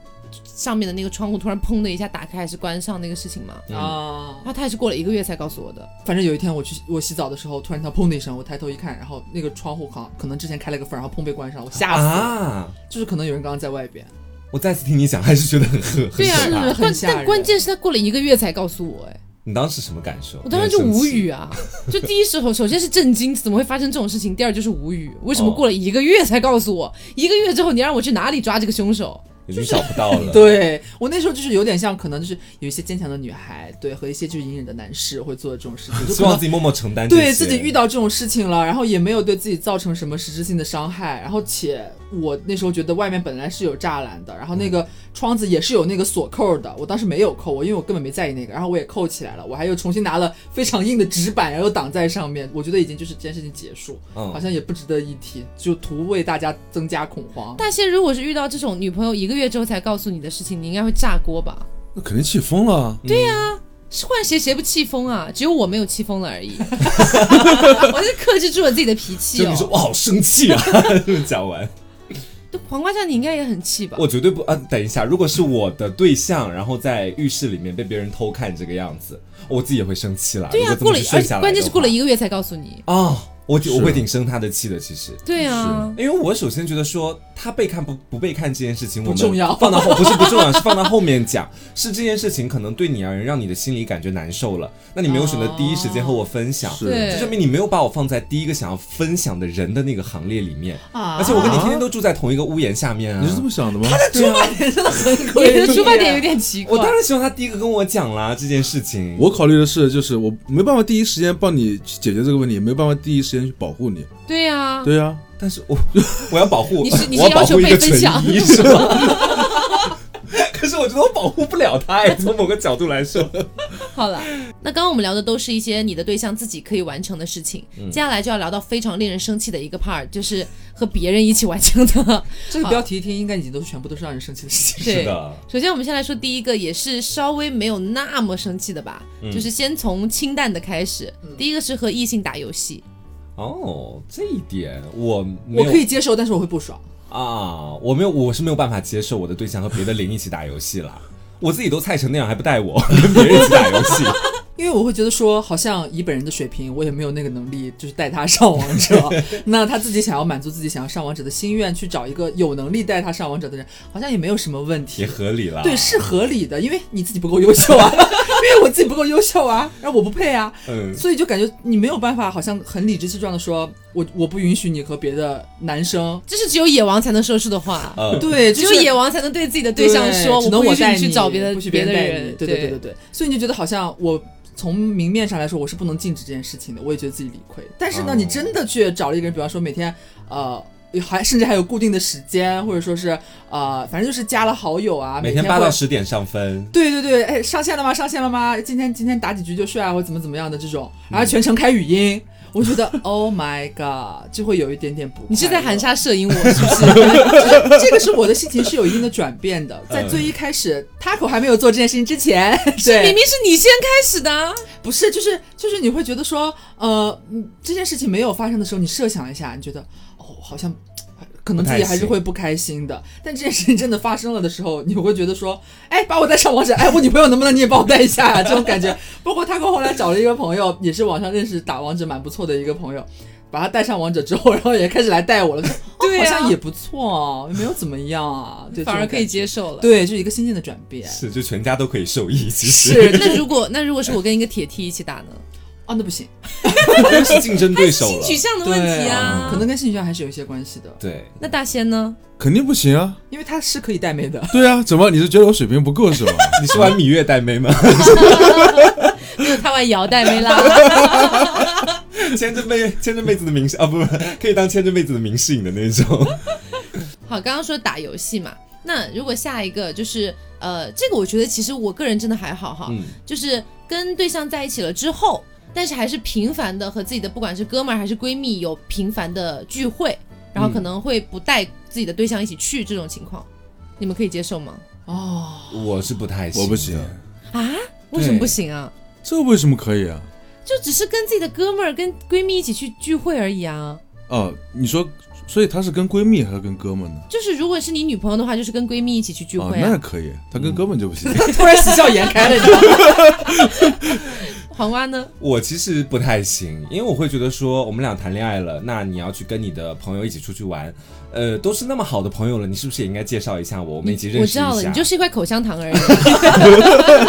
A: 上面的那个窗户突然砰的一下打开还是关上那个事情嘛，
B: 嗯
C: 啊
A: 然，后他也是过了一个月才告诉我的。
C: 反正有一天我去我洗澡的时候，突然听到砰的一声，我抬头一看，然后那个窗户好像可能之前开了个缝，然后砰被关上，我吓死了。
B: 啊！
C: 就是可能有人刚刚在外边，
B: 我再次听你讲，还是觉得很很
A: 对啊
B: 很可怕
C: 是很
A: 但
C: 吓
A: 但
C: 人
A: 关键是他过了一个月才告诉我，哎，
B: 你当时什么感受？
A: 我当时就
B: 有点生
A: 无
B: 气
A: 语。啊！就第一时候，首先是震惊，怎么会发生这种事情？第二就是无语，为什么
B: 哦
A: 过了一个月才告诉我？一个月之后你让我去哪里抓这个凶手？
B: 已经找不到
C: 嗯
B: 了。
C: 对我那时候就是有点像，可能就是有一些坚强的女孩，对和一些就是隐忍的男士会做的这种事情，就
B: 希
C: 可
B: 望
C: 能
B: 自己默默承担这些。
C: 对自己遇到这种事情了，然后也没有对自己造成什么实质性的伤害，然后且我那时候觉得外面本来是有栅栏的，然后那个窗子也是有那个锁扣的，我当时没有扣，我因为我根本没在意那个，然后我也扣起来了，我还又重新拿了非常硬的纸板，然后又挡在上面，我觉得已经就是这件事情结束，
B: 嗯
C: 好像也不值得一提，就图为大家增加恐慌。
A: 大仙，如果是遇到这种女朋友一个月之后才告诉你的事情，你应该会炸锅吧？
D: 那肯定气疯了啊。
A: 是换谁谁不气疯啊？只有我没有气疯了而已。 (laughs) 我就克制住了自己的脾气
B: 就你说
A: 哦。
B: 我好生气啊！这么讲完，
A: 对黄瓜酱，你应该也很气吧？
B: 我绝对不啊！等一下，如果是我的对象，然后在浴室里面被别人偷看这个样子，我自己也会生气啦。
A: 对呀、
B: 如
A: 过
B: 果
A: 了一，
B: 这么去
A: 而
B: 睡下
A: 且
B: 来
A: 关键是
B: 的
A: 过了
B: 话
A: 一个月才告诉你。
B: 啊、我我
D: 是
B: 会挺生他的气的，其实。
A: 对啊，
B: 因为我首先觉得说他被看不不被看这件事情我们
C: 不重要
B: 放到后不是不重要，是放到后面讲。是这件事情可能对你而言让你的心里感觉难受了，那你没有选择第一时间和我分享，
D: 是
A: 对，
B: 就证明你没有把我放在第一个想要分享的人的那个行列里面。
C: 啊
B: 而且我跟你天天都住在同一个屋檐下面啊！
D: 你是这么想的吗？啊
A: (laughs) 你的出发点有点奇
B: 哎我
A: 怪
B: 当。然希望他第一个跟我讲啦这件事情。
D: 我考虑的是，就是我没办法第一时间帮你去解决这个问题，也没办法第一时间去保护你。
A: 对啊
C: 嗯
A: 呀、
D: 对呀、
B: 但是我我要保护，
A: 你是你是
B: 我要保
A: 要求
B: 护一
A: 被
B: 个
A: 分
B: 纯
A: 享
B: 一是吗？ (laughs) 可是我觉得我保护不了他哎，从某个角度来说，
A: 好了，那刚刚我们聊的都是一些你的对象自己可以完成的事情，接下来就要聊到非常令人生气的一个 part，就是和别人一起完成的。
C: 这个标题一听应该已经都是全部都是让人生气的事情。
A: 对
B: 是的，
A: 首先，我们先来说第一个，也是稍微没有那么生气的吧，就是先从清淡的开始。第一个是和异性打游戏，
B: 哦，这一点我没
C: 我可以
B: 有
C: 接受，但是我会不爽。
B: 啊，我没有，我是没有办法接受我的对象和别的零一起打游戏啦。 (laughs) 我自己都菜成那样，还不带我 (laughs) 跟别人一起打游戏？
C: 因为我会觉得说，好像以本人的水平，我也没有那个能力，就是带他上王者。那他自己想要满足自己想要上王者的心愿，去找一个有能力带他上王者的人，好像也没有什么问
B: (laughs)
A: 啊
B: 也
C: 题。
B: 合理啦。
C: 对，是合理的，因为你自己不够优秀啊，因为我自己不够优秀啊，然后我不配啊，
B: 嗯，
C: 所以就感觉你没有办法，好像很理直气壮的说，我我不允许你和别的男生。
A: 这是只有野王才能说出的话，
B: 呃，
C: 对，
A: 只
C: 就
A: 有
C: 是
A: 野王才能对自己的对象说，
C: 只
A: 不
C: 能
A: 允许
C: 带
A: 你去找别的
C: 不许别
A: 别的
C: 人带你
A: 人。
C: 对对对对对，所以你就觉得好像我。从明面上来说，我是不能禁止这件事情的，我也觉得自己理亏。但是呢，
B: 哦
C: 你真的去找了一个人，比方说每天，呃，还甚至还有固定的时间，或者说是呃，反正就是加了好友啊，
B: 每
C: 天
B: 天八到
C: 会
B: 十点上分，
C: 对对对，
B: 嗯
C: 哎，上线了吗？上线了吗？今天今天打几局就睡啊，或者怎么怎么样的这种，然后全程开语音。我觉得 (laughs) Oh my God，就会有一点点不快乐。
A: 你是在含沙射影我是不是？
C: (laughs) 这个是我的心情是有一定的转变的，在最一开始 Taco 还没有做这件事情之前，
A: 这
C: 对，
A: 明明是你先开始的啊，
C: 不是，就是就是你会觉得说，呃，嗯这件事情没有发生的时候，你设想一下，你觉得哦，好像可能自己还是会不开心的。但这件事情真的发生了的时候，你会觉得说，哎，把我带上王者，哎，我女朋友能不能你也帮我带一下、啊？这种感觉。 (laughs) 包括他跟我后来找了一个朋友，也是网上认识打王者蛮不错的一个朋友。把他带上王者之后，然后也开始来带我了，就
A: (laughs)
C: 哦
A: 对啊
C: 好像也不错哦，没有怎么样啊，对，
A: 反而可以
C: 这种
A: 接受了。
C: 感觉，对，就一个心境的转变。
B: 是，就全家都可以受益。其实
A: (laughs)
B: (laughs)
C: 是
A: 那如果那如果是我跟一个铁 T 一起打呢？
C: (laughs) 哦，那不行，
B: 都是竞争对手
A: 性
B: 了，
A: 取向的问题
C: 对
A: 啊，
B: 嗯
C: 可能跟兴趣上还是有一些关系的。
B: 对，
A: 那大仙呢？ (laughs)
D: 肯定不行啊！
C: 因为他是可以带妹的，
D: 对啊，怎么你是觉得我水平不
C: (laughs)
D: 够是吧？
B: 你是玩芈月带妹吗？ (laughs)
A: 没有他玩摇带没
B: (laughs)
A: 啦，
B: 牵着妹，牵着妹子的名士啊，不不，可以当牵着妹子的名士影的那种。
C: (laughs)
A: 好，刚刚说打游戏嘛，那如果下一个就是呃，这个我觉得其实我个人真的还好哈，
B: 嗯，
A: 就是跟对象在一起了之后，但是还是频繁的和自己的不管是哥们儿还是闺蜜有频繁的聚会，然
B: 嗯
A: 后可能会不带自己的对象一起去这种情况，你们可以接受吗？
C: 哦，
B: 我是不太行，
D: 我不行，
A: 啊？为什么不行啊？
D: 这为什么可以啊？
A: 就只是跟自己的哥们儿、跟闺蜜一起去聚会而已啊。
D: 哦，你说，所以她是跟闺蜜还是跟哥们呢？
A: 就是如果是你女朋友的话，就是跟闺蜜一起去聚
D: 哦，
A: 会、
D: 那
A: 啊。
D: 可以，她跟哥们就不行。
C: (laughs) 突然喜笑颜开了，你知道吗？
A: 黄瓜呢？
B: 我其实不太行，因为我会觉得说，我们俩谈恋爱了，那你要去跟你的朋友一起出去玩，呃，都是那么好的朋友了，你是不是也应该介绍一下我，我们一起认识
A: 我
B: 一
A: 知
B: 下？
A: 道了，你就是一块口香糖而已。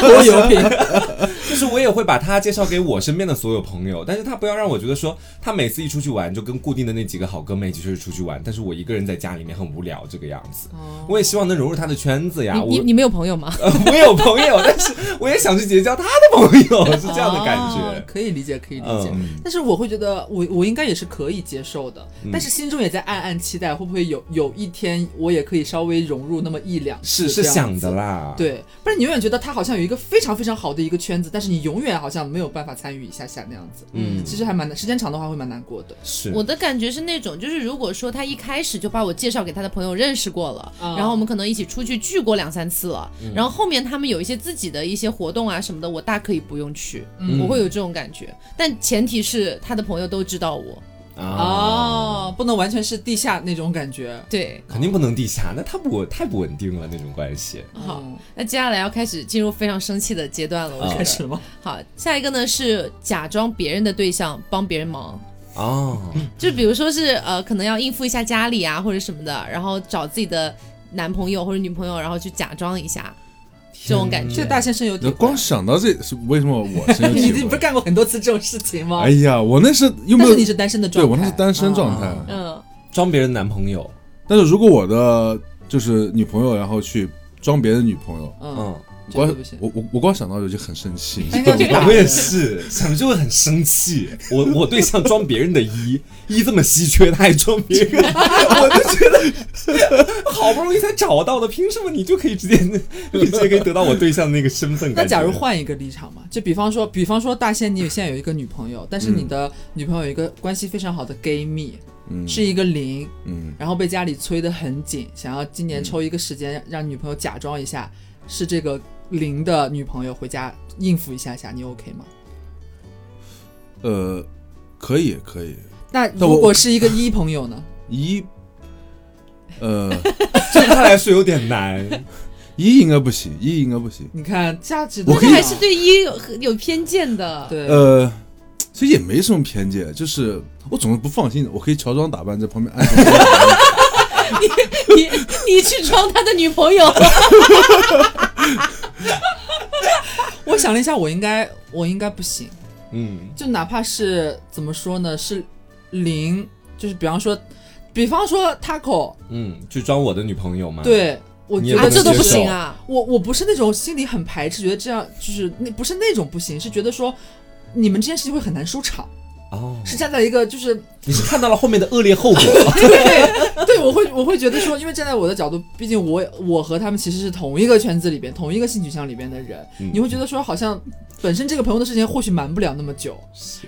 C: 多油瓶，
B: (laughs) 就是我也会把他介绍给我身边的所有朋友，但是他不要让我觉得说他每次一出去玩就跟固定的那几个好哥们一起出去出去玩，但是我一个人在家里面很无聊这个样子。我也希望能融入他的圈子呀，
A: 你你
B: 我 (laughs)
A: 你没有朋友吗？
B: 呃我有朋友， (laughs) 但是我也想去结交他的朋友，是这样的感
C: (laughs) 哦
B: 觉。
C: 可以理解，哦可以理解。
B: 嗯，
C: 但是我会觉得我，我应该也是可以接受的，但是心中也在暗暗期待，会不会有有一天我也可以稍微融入那么一两次
B: 是是
C: 这样
B: 想
C: 子
B: 的。啦，，
C: 对，不然你永远觉得他好像有一个非常非常好的一个圈子，但是你永远好像没有办法参与一下下那样子。
B: 嗯
C: 其实还蛮难，时间长的话会蛮难过的。
B: 是
A: 我的感觉是那种，就是如果说他一开始就把我介绍给他的朋友认识过了，
C: 啊
A: 然后我们可能一起出去聚过两三次了，然后后面他们有一些自己的一些活动啊什么的，我大可以不用去，
C: 嗯
A: 我会有这种感觉。但前提是他的朋友都知道我，
B: 啊。
C: 哦，不能完全是地下那种感觉。
A: 对。
B: 肯定不能地下，那他不稳太不稳定了那种关系。
A: 好
C: 嗯，
A: 那接下来要开始进入非常生气的阶段了，我觉
B: 啊
A: 得
C: 开。始了吗？
A: 好，下一个呢是假装别人的对象帮别人忙，
B: 哦，
A: 就比如说是呃，可能要应付一下家里啊或者什么的，然后找自己的男朋友或者女朋友，然后去假装一下，这种感
C: 这
A: 觉
C: 个。大先生有
D: (laughs) 那
C: 点
D: 光想到这是为什么我深有
C: (laughs) 你
D: 体
C: 你不是
D: 会？
C: 干过很多次这种事情吗？
D: 哎呀，我那是又没
C: 但
D: 有
C: 是你，是单身的
D: 对
C: 状态，
D: 我那是单身状态。
C: 啊
A: 嗯，
B: 装别人男朋友，
D: 但是如果我的就是女朋友，然后去装别人女朋友，
C: 嗯， (laughs)
B: 嗯，
C: 这
D: 光
C: 个不行。
D: 我我我光想到我就很生气，你
C: 哎
D: 知道
C: 那
D: 吗
C: 这个
B: 我也是想着就会很生气。我我对象装别人的衣，衣这么稀缺，他还装别
C: (laughs)
B: 人，我就觉得好不容易才找到的，凭什么你就可以直接就直接可以得到我对象的那个身份
C: 那
B: 感觉？
C: 假如换一个立场嘛，就比方说，比方说大仙，你有现在有一个女朋友，但是你的女朋友有一个关系非常好的 gay 蜜，
D: 嗯
C: 是一个零，
D: 嗯，
C: 然后被家里催得很紧，想要今年抽一个时间让让女朋友假装一下是这个零的女朋友回家应付一下下，你 OK 吗？
D: 呃，可以可以，
C: 那
D: 那我
C: 如果是一个一朋友呢？
D: 一，呃， (laughs)
B: 对他来说有点难，
D: 一应该不行，一应该不行，
C: 你看价值
D: 我
A: 但
D: 可
A: 是
D: 以
A: 还是对一有有偏见的。，
C: 对，
D: 呃，其实也没什么偏见，就是 (laughs) 我总是不放心，我可以乔装打扮在旁边哎暗中
A: 你你去装他的女朋友，啊
C: 我想了一下，我应该我应该不行。
B: 嗯，
C: 就哪怕是怎么说呢，是零，就是比方说，比方说 taco，
B: 嗯，去装我的女朋友吗？，
C: 对我
B: 嗯你
C: 觉
B: 也
C: 得
B: 不
A: 啊，这
B: 能
A: 都
B: 接
A: 不
B: 受
A: 行啊。
C: 我我不是那种心里很排斥，觉得这样就是那不是那种不行，是觉得说你们这件事情会很难收场。
B: 哦，
C: 是站在一个就是
B: 你是看到了后面的恶劣后 (laughs) 果，
C: (laughs) 对对，我会我会觉得说，因为站在我的角度，毕竟我我和他们其实是同一个圈子里边、同一个性取向里边的人，
B: 嗯
C: 你会觉得说，好像本身这个朋友的事情或许瞒不了那么久，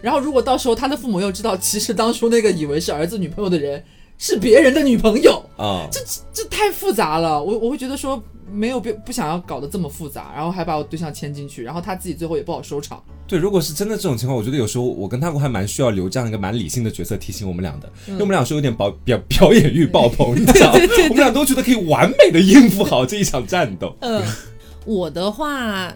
C: 然后如果到时候他的父母又知道，其实当初那个以为是儿子女朋友的人是别人的女朋友，
B: 啊，这
C: 这太复杂了，我我会觉得说没有必不想要搞得这么复杂，然后还把我对象牵进去，然后他自己最后也不好收场。
B: 对，如果是真的这种情况，我觉得有时候我跟他还蛮需要留这样一个蛮理性的角色提醒我们俩的，
C: 嗯
B: 因为我们俩是有点表表表演欲爆
C: (laughs)
B: 棚，你知道，我们俩都觉得可以完美的应付好这一场战斗。
A: 嗯， (laughs) 我的话，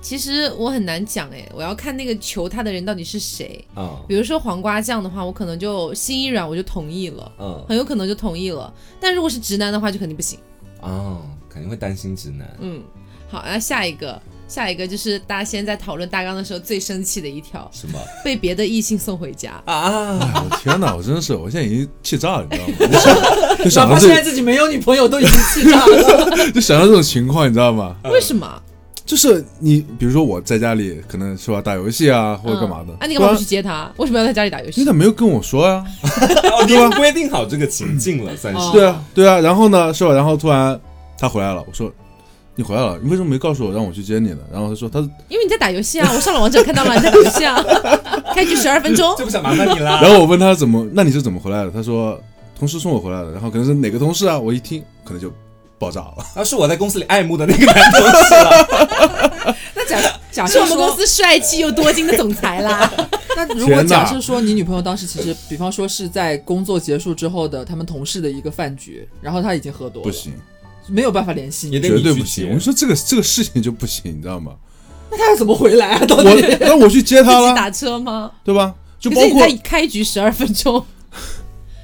A: 其实我很难讲哎，我要看那个求他的人到底是谁。
B: 啊，
A: 比如说黄瓜酱的话，我可能就心一软，我就同意了，
B: 嗯
A: 很有可能就同意了。但如果是直男的话，就肯定不行。
B: 啊，肯定会担心直男。
A: 嗯，好，那下一个，下一个就是大家现在讨论大纲的时候最生气的一条，
B: 什么
A: 被别的异性送回家。(laughs)
B: 啊？
D: 哎我天哪，我真是，我现在已经气炸了，你知道吗？ (laughs) 就想
C: 哪怕
D: 到
C: 现在
D: 这，
C: 自己没有女朋友，都已经气炸了。 (laughs)
D: 就想到这种情况，你知道吗？
A: 为什么？
D: 就是你，比如说我在家里可能是吧，打游戏啊，或者干嘛的
A: 嗯，啊，你干嘛不
D: 不然
A: 去接他？为什么要在家里打游
D: 因为
A: 戏
D: 他？没有跟我说呀、
B: 哦，你已经规定好这个情境了，算是。
C: 哦
D: 对啊，对啊，然后呢，是吧？然后突然他回来了，我说你回来了，你为什么没告诉我让我去接你呢？然后他说他，
A: 因为你在打游戏啊，我上了王者看到了你在打游
D: (laughs)
A: 戏啊，开局十二分
C: 哦
A: 钟。
B: 就不想麻烦你啦。
D: 然后我问他怎么，那你是怎么回来的？他说同事送我回来的，然后可能是哪个同事啊？我一听可能就爆炸
B: (laughs)
D: 了，
B: 然后啊是我在公司里爱慕的那个男同事
C: (laughs)
B: 了。
C: 那假
A: (laughs)
C: 假
A: 是
C: 设
A: 我们公
C: 说，
A: 司帅气又多金的总裁
D: (laughs)
A: 啦。
C: 那如果
D: 天哪
C: 假设说你女朋友当时其实，比方说是在工作结束之后的他们同事的一个饭局，然后她已经喝多了，
D: 不，行，
C: 没有办法联系
B: 也得
C: 你，
D: 绝对
B: 你去
D: 不
B: 接
D: 行。我说这个这个事情就不行，你知道吗？
C: 那她要怎么回来啊？到
D: 我
C: 底？
D: 那我去接他
A: (laughs) 自己
D: 了，
A: 打车吗？
D: 对吧？啊就
A: 可
D: 包
A: 是你
D: 括
A: 在开局十二分
D: (laughs)
A: 钟，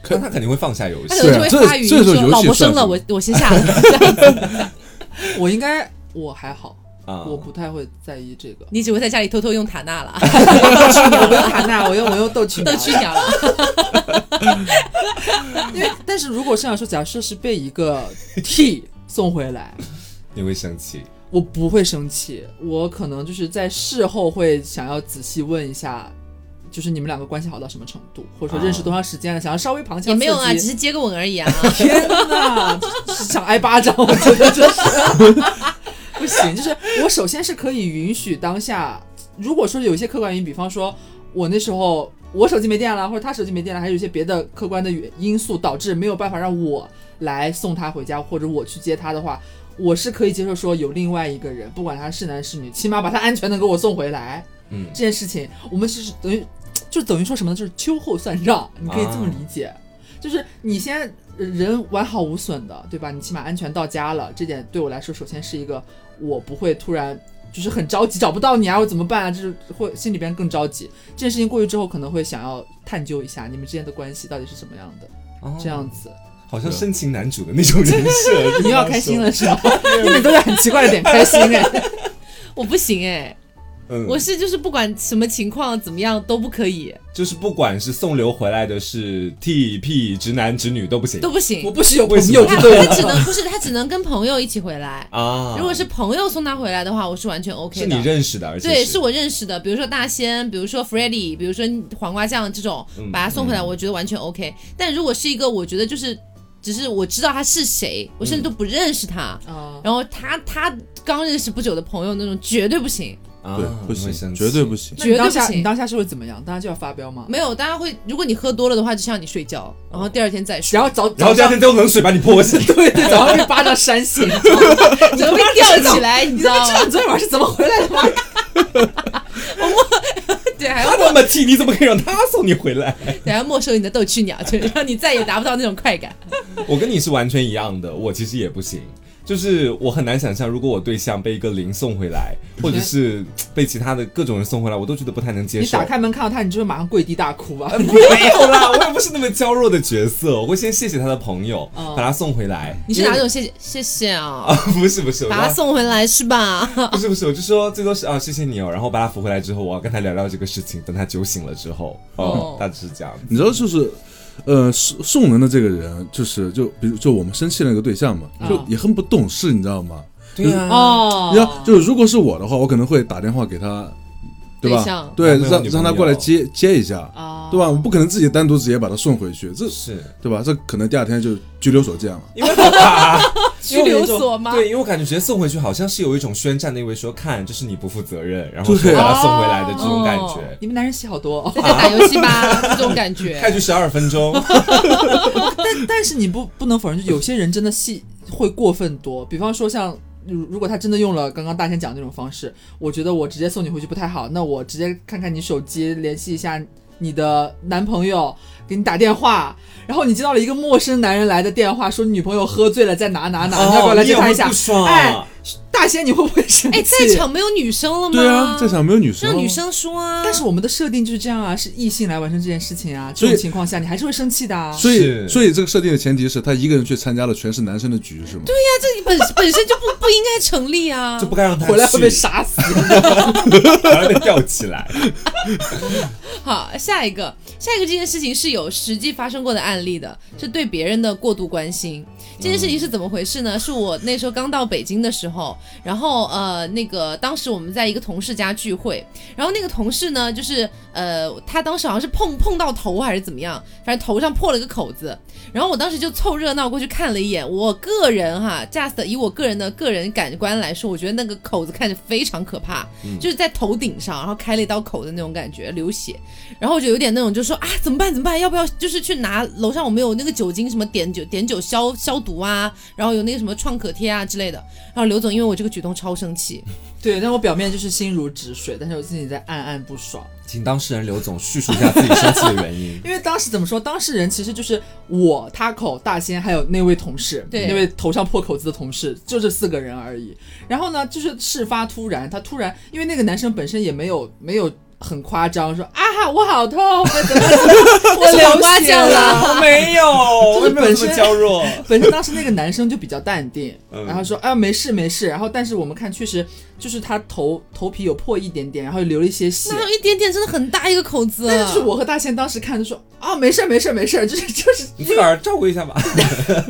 D: 可
B: 那他肯定会放下游
A: 他
B: 戏
C: 哎
A: 可能就会
D: 啊这
A: 发语音
D: 这时候
A: 说
D: 游：“戏
A: 老婆
D: 算
A: 生了，
D: 什么
A: 我我先下了。这
D: (laughs)
A: 样子
C: 我应该我还好，
B: 啊。
C: 我不太会在意
A: (laughs)
C: 这个”。
A: (laughs) 你只会在家里偷偷用塔纳
D: (laughs)
A: 了，
C: 我不用卡纳，我用我用豆曲
A: 斗去鸟
D: (laughs)
A: 了。
C: 因为但是如果是想说，假设是被一个 T (laughs) 送回来，
B: 你会生气。
C: 我不会生气，我可能就是在事后会想要仔细问一下，就是你们两个关系好到什么程度，或者说认
D: 啊
C: 识多长时间了，想要稍微旁敲
A: 也
C: 侧击。
A: 没有啊，只是接个吻而已啊。
C: 天哪，是想挨巴掌，我觉得真是不行。就是我首先是可以允许当下，如果说有一些客观原因，比方说我那时候我手机没电了，或者他手机没电了，还有一些别的客观的原因素导致没有办法让我来送他回家，或者我去接他的话。我是可以接受说有另外一个人，不管他是男是女，起码把他安全的给我送回来
B: 嗯
C: 这件事情，我们是等于就等于说什么呢？就是秋后算账，你可以这么理解。就是你先人完好无损的，对吧？你起码安全到家了，这点对我来说，首先是一个我不会突然就是很着急找不到你啊，我怎么办啊？就是会心里边更着急。这件事情过去之后，可能会想要探究一下你们之间的关系到底是什么样的，
B: 哦
C: 这样子。
B: 好像深情男主的那种人
C: (laughs)
B: 设。
C: 你又要开心了是吧？ (laughs) 你们都在很奇怪的点开心哎。
A: 我不行哎，
B: 嗯，
A: 我是就是不管什么情况怎么样都不可以，
B: 就是不管是送流回来的是 T P 直男直女都不行
A: 都不行
C: (laughs) 我。不许有朋
B: 为什
C: 友
B: 么
A: 他
C: 就对
A: 他只
C: 了。
A: 能不是他只能跟朋友一起回来。
B: 啊。
A: 如果是朋友送他回来的话，我是完全 OK
B: 是
A: 的。
B: 你认识的，而且
A: 对，是我认识的，比如说大仙，比如说 f r e d d y 比如说黄瓜酱这种，
B: 嗯
A: 把他送回来，我觉得完全 OK。但如果是一个，我觉得就是只是我知道他是谁，我甚
B: 嗯
A: 至都不认识他，
C: 啊，
A: 然后他他刚认识不久的朋友那种，绝对不行。
B: 啊
D: 对，不
B: 你会
D: 行，
B: 生
D: 绝
B: 气
D: 对不行。
C: (laughs) 那你当下
A: 绝对不行
C: 你当下是会怎么样？当下就要发飙吗？
A: 没有，大家会，如果你喝多了的话，就像你睡觉，然后第二天再睡，
C: 然后早
B: 然后
C: 早
B: 第二
C: 上
B: 天都冷水把你泼醒，
A: (laughs)
C: 对对，早上 (laughs) 被巴掌扇
A: 只
C: 醒。
A: 会吊起来，你知
C: 你怎
A: 道
C: 么
A: 吗？
C: 知道你昨天晚上是怎么回来的吗？
A: 对，还要
B: 他那么 T，你怎么可以让他送你回来？
A: 等下没收你的斗趣鸟，就是让你再也达不到那种快感。
B: 我跟你是完全一样的，我其实也不行。就是我很难想象，如果我对象被一个零送回来，或者是被其他的各种人送回来，我都觉得不太能接
C: 你
B: 受
C: 打。开门看到他，你就会马上跪地大哭啊
B: (laughs)
C: 吧？
B: 没有啦，我也不是那么娇弱的角色，我会先谢谢他的朋友，
C: 哦
B: 把他送回来。 (laughs)
A: 你是哪种谢谢谢谢
B: 啊
A: 啊？？
B: 不是不是，我
A: 把他
B: 要
A: 送回来是吧？
B: 不是不是，我就说最多是啊，谢谢你哦，然后把他扶回来之后，我要跟他聊聊这个事情。等他酒醒了之后，哦
A: 哦，
B: 大致是这样。
D: 你知道就是，呃，送送人的这个人，就是就比如就我们生气的那个对象嘛，就
C: 嗯
D: 也很不懂事，你知道吗？
B: 对呀，啊
C: 哦
D: 你知道，就是如果是我的话，我可能会打电话给他，对吧？
A: 对象
D: 对
B: 男，朋友
D: 让
B: 女朋友
D: 让他过来接接一下，
C: 啊，
D: 对吧？我不可能自己单独直接把他送回去，这
B: 是
D: 对吧？这可能第二天就拘留所见了。
B: 因为好
C: (laughs)
B: 吧
A: 拘留所吗？
B: 对，因为我感觉直接送回去好像是有一种宣战的意味，说看这是你不负责任，然后说把他送回来的这种感觉。
C: 你们男人戏好多、哦，
A: 在家打游戏吧，这种感
B: (laughs) 开
A: 觉。
B: (laughs) 局十二分钟，
C: (laughs) 但但是你不不能否认，就有些人真的戏会过分多。比方说像，如如果他真的用了刚刚大仙讲的那种方式，我觉得我直接送你回去不太好，那我直接看看你手机，联系一下你的男朋友，给你打电话。然后你接到了一个陌生男人来的电话，说女朋友喝醉了，在哪哪
A: 哦
C: 哪，你要不要来
B: 哦你
C: 接
B: 也
C: 她
B: 会
C: 一下
B: 不？爽。
C: 哎大仙，你会不会生气？
A: 哎，在场没有女生了吗？
D: 对啊，在场没有女生，
A: 让女生说啊。
C: 但是我们的设定就是这样啊，是异性来完成这件事情啊。这
D: 所以
C: 种情况下，你还是会生气的啊。
D: 所以
B: 是
D: 所以这个设定的前提是他一个人去参加了全是男生的局，是吗？
A: 那
D: 对，
A: 啊这本 (laughs) 本身就不不应该成立啊
B: 就。不该让他
C: 回来会被
B: 去，
C: 杀死。
B: 还要被吊起来。
A: 好，下一个，下一个这件事情是有实际发生过的案例的，是对别人的过度关心。这件事情是怎么回事呢？是我那时候刚到北京的时候，然后呃，那个当时我们在一个同事家聚会，然后那个同事呢，就是呃，他当时好像是碰碰到头还是怎么样，反正头上破了个口子，然后我当时就凑热闹过去看了一眼。我个人哈，just 以我个人的个人感官来说，我觉得那个口子看着非常可怕，就是在头顶上，然后开了一道口的那种感觉，流血。然后我就有点那种，就说啊，怎么办？怎么办？要不要就是去拿楼上我们有那个酒精什么碘酒碘酒消消毒啊，然后有那个什么创可贴啊之类的。然后刘总因为我这个举动超生气，
C: (laughs) 对，但我表面就是心如止水，但是我自己在暗暗不爽。。
B: 请当事人刘总叙述一下自己生气的原因
C: 因为当时怎么说，当事人其实就是我、他口、大仙还有那位同事，
A: 对
C: 那位头上破口子的同事，就这四个人而已。然后呢，就是事发突然，他突然，因为那个男生本身也没有没有很夸张，说啊哈我好痛，我怎么怎么 (laughs) 我
A: 是黄
C: 流
A: 瓜
C: 血
A: 酱啦
C: 了。
B: 我 (laughs) 没有，我
C: 就是
B: 没有
C: 本
B: 这
C: 身
B: 么娇弱。
C: 本身当时那个男生就比较淡定，
B: 嗯
C: 然后说啊没事没事，然后但是我们看确实就是他头头皮有破一点点，然后流了一些血，
A: 那有一点点真的很大一个口子，
C: 但是就是我和大仙当时看就说啊，没事儿没事儿没事儿， (laughs) 就是就是
B: 你自个儿照顾一下吧。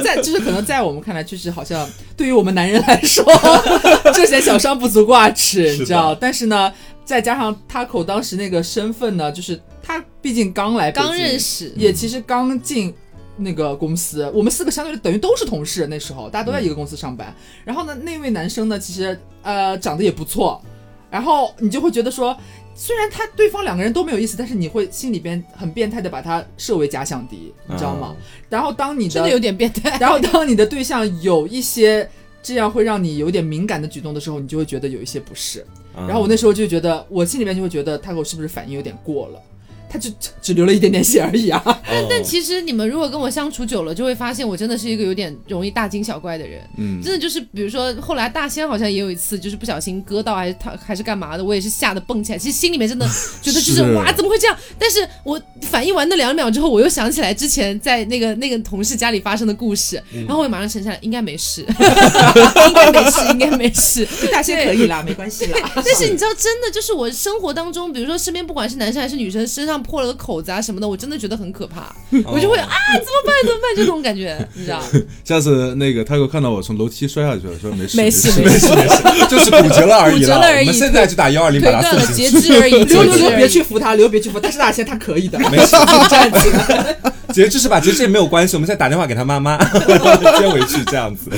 C: 在就是可能在我们看来，就是好像对于我们男人来说， (laughs) 这些小伤不足挂齿，
B: 是的
C: 你知道？但是呢，再加上 Taco 当时那个身份呢，就是他毕竟刚来北京，
A: 刚认识，
C: 也其实刚进那个公司，我们四个相对等于都是同事，那时候大家都在一个公司上班。然后呢，那位男生呢，其实呃长得也不错，然后你就会觉得说，虽然他对方两个人都没有意思，但是你会心里边很变态的把他设为假想敌，你知道吗？然后当你
A: 真的有点变态。
C: 然后当你的对象有一些这样会让你有点敏感的举动的时候，你就会觉得有一些不适。
B: 嗯？
C: 然后我那时候就觉得，我心里面就会觉得他给我是不是反应有点过了？他就只只流了一点点血而已啊！
B: 但
D: 哦
A: 但其实你们如果跟我相处久了，就会发现我真的是一个有点容易大惊小怪的人。
D: 嗯，
A: 真的就是，比如说后来大仙好像也有一次，就是不小心割到还是他还是干嘛的，我也是吓得蹦起来。其实心里
D: (laughs)
A: 面真的觉得就是
D: 是
A: 哇，怎么会这样？但是我反应完那两秒之后，我又想起来之前在那个那个同事家里发生的故事，
D: 嗯
A: 然后我马上沉下来，应该没
D: (laughs)
A: 事，应该没事，应该没事。
C: 大仙可以啦，没关系啦。
A: 但是你知道，真的就是我生活当中，比如说身边不管是男生还是女生，身上破了个口子啊什么的，我真的觉得很可怕，
B: 哦
A: 我就会啊怎么办怎么办这种感觉，你知道？
D: 下次那个他给我看到我从楼梯摔下去了，说没事
A: 没
D: 事
A: 事没
D: 事，
B: (laughs) 就是骨折了而
A: (laughs)
B: 已
A: 骨折了而已
B: 我们现在就打幺二零
A: 腿
B: 把他
A: 断
B: 送
A: 了，
B: 进去。
A: 截肢而已，
C: 刘
A: 截
C: 刘
A: 肢
C: 刘
A: 而已
C: 别去扶他，刘别去扶他，但是大仙他可 (laughs) 以的。
B: 没事，站起来。 (laughs)
A: (laughs)
B: 截肢是吧？截肢也没有关系，我们现在打电话给他妈妈，接回去这样子。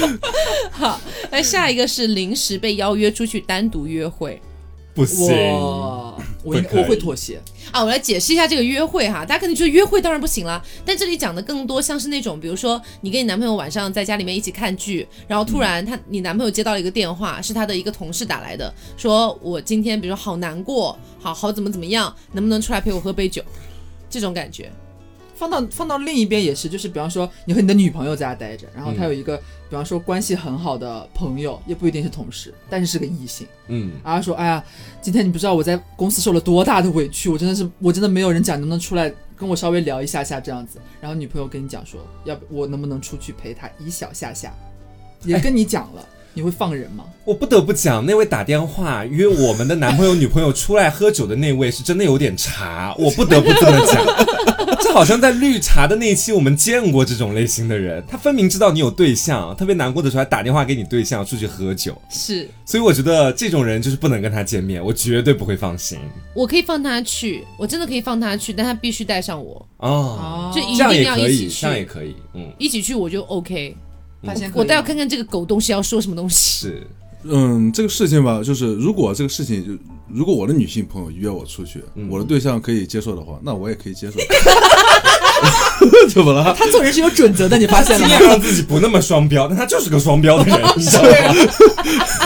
A: 好，那哎下一个是临时被邀约出去单独约会
B: 不行，
C: 我我应
B: 不可以
C: 我会妥协，
A: 啊。我来解释一下这个约会哈，大家肯定觉得约会当然不行啦，但这里讲的更多像是那种，比如说你跟你男朋友晚上在家里面一起看剧，然后突然他、你男朋友接到了一个电话，是他的一个同事打来的，说我今天比如说好难过，好好怎么怎么样，能不能出来陪我喝杯酒？这种感觉，
C: 放到放到另一边也是，就是比方说你和你的女朋友在家待着，然后他
B: 嗯
C: 有一个、比方说关系很好的朋友，也不一定是同事，但是是个异性。
B: 嗯，
C: 然后说，哎呀，今天你不知道我在公司受了多大的委屈，我真的是， (laughs) 我真的没有人讲能不能出来跟我稍微聊一下下这样子。然后女朋友跟你讲说，要不我能不能出去陪他一小下下，也跟你讲了，你会放人吗？
B: 我不得不讲，那位打电话约我们的男朋友、女朋友出来喝酒的那位，是真的有
A: (laughs)
B: 点茶，我不得不这么讲。这好像在绿茶的那一期我们见过这种类型的人，他分明知道你有对象，特别难过的时候还打电话给你对象出去喝酒，
C: 是
B: 所以我觉得这种人就是不能跟他见面，我绝对不会放心
A: 我可以放他去，我真的可以放他去，但他必须带上我，
B: 啊。
C: 哦
A: 就哦一
B: 这样
A: 定
B: 也
A: 要
B: 可
A: 一起
B: 以，
A: 去，
B: 这样也可以，嗯，
A: 一起去我就 OK。
C: 发现
A: 我倒要
C: 可
A: 看
C: 以
A: 看这个狗东西要说什么东西。
B: 是，
D: 嗯，这个事情吧，就是如果这个事情，就如果我的女性朋友约我出去，我的对象可以接受的话，那我也可以接受。怎么了？
C: 他做人是有准则的，你发现了
B: 尽
C: 吗？
B: 量让自己不那么双标，但他就是个双标的
A: (laughs)
B: 人，你知道
A: 啊
B: 吗？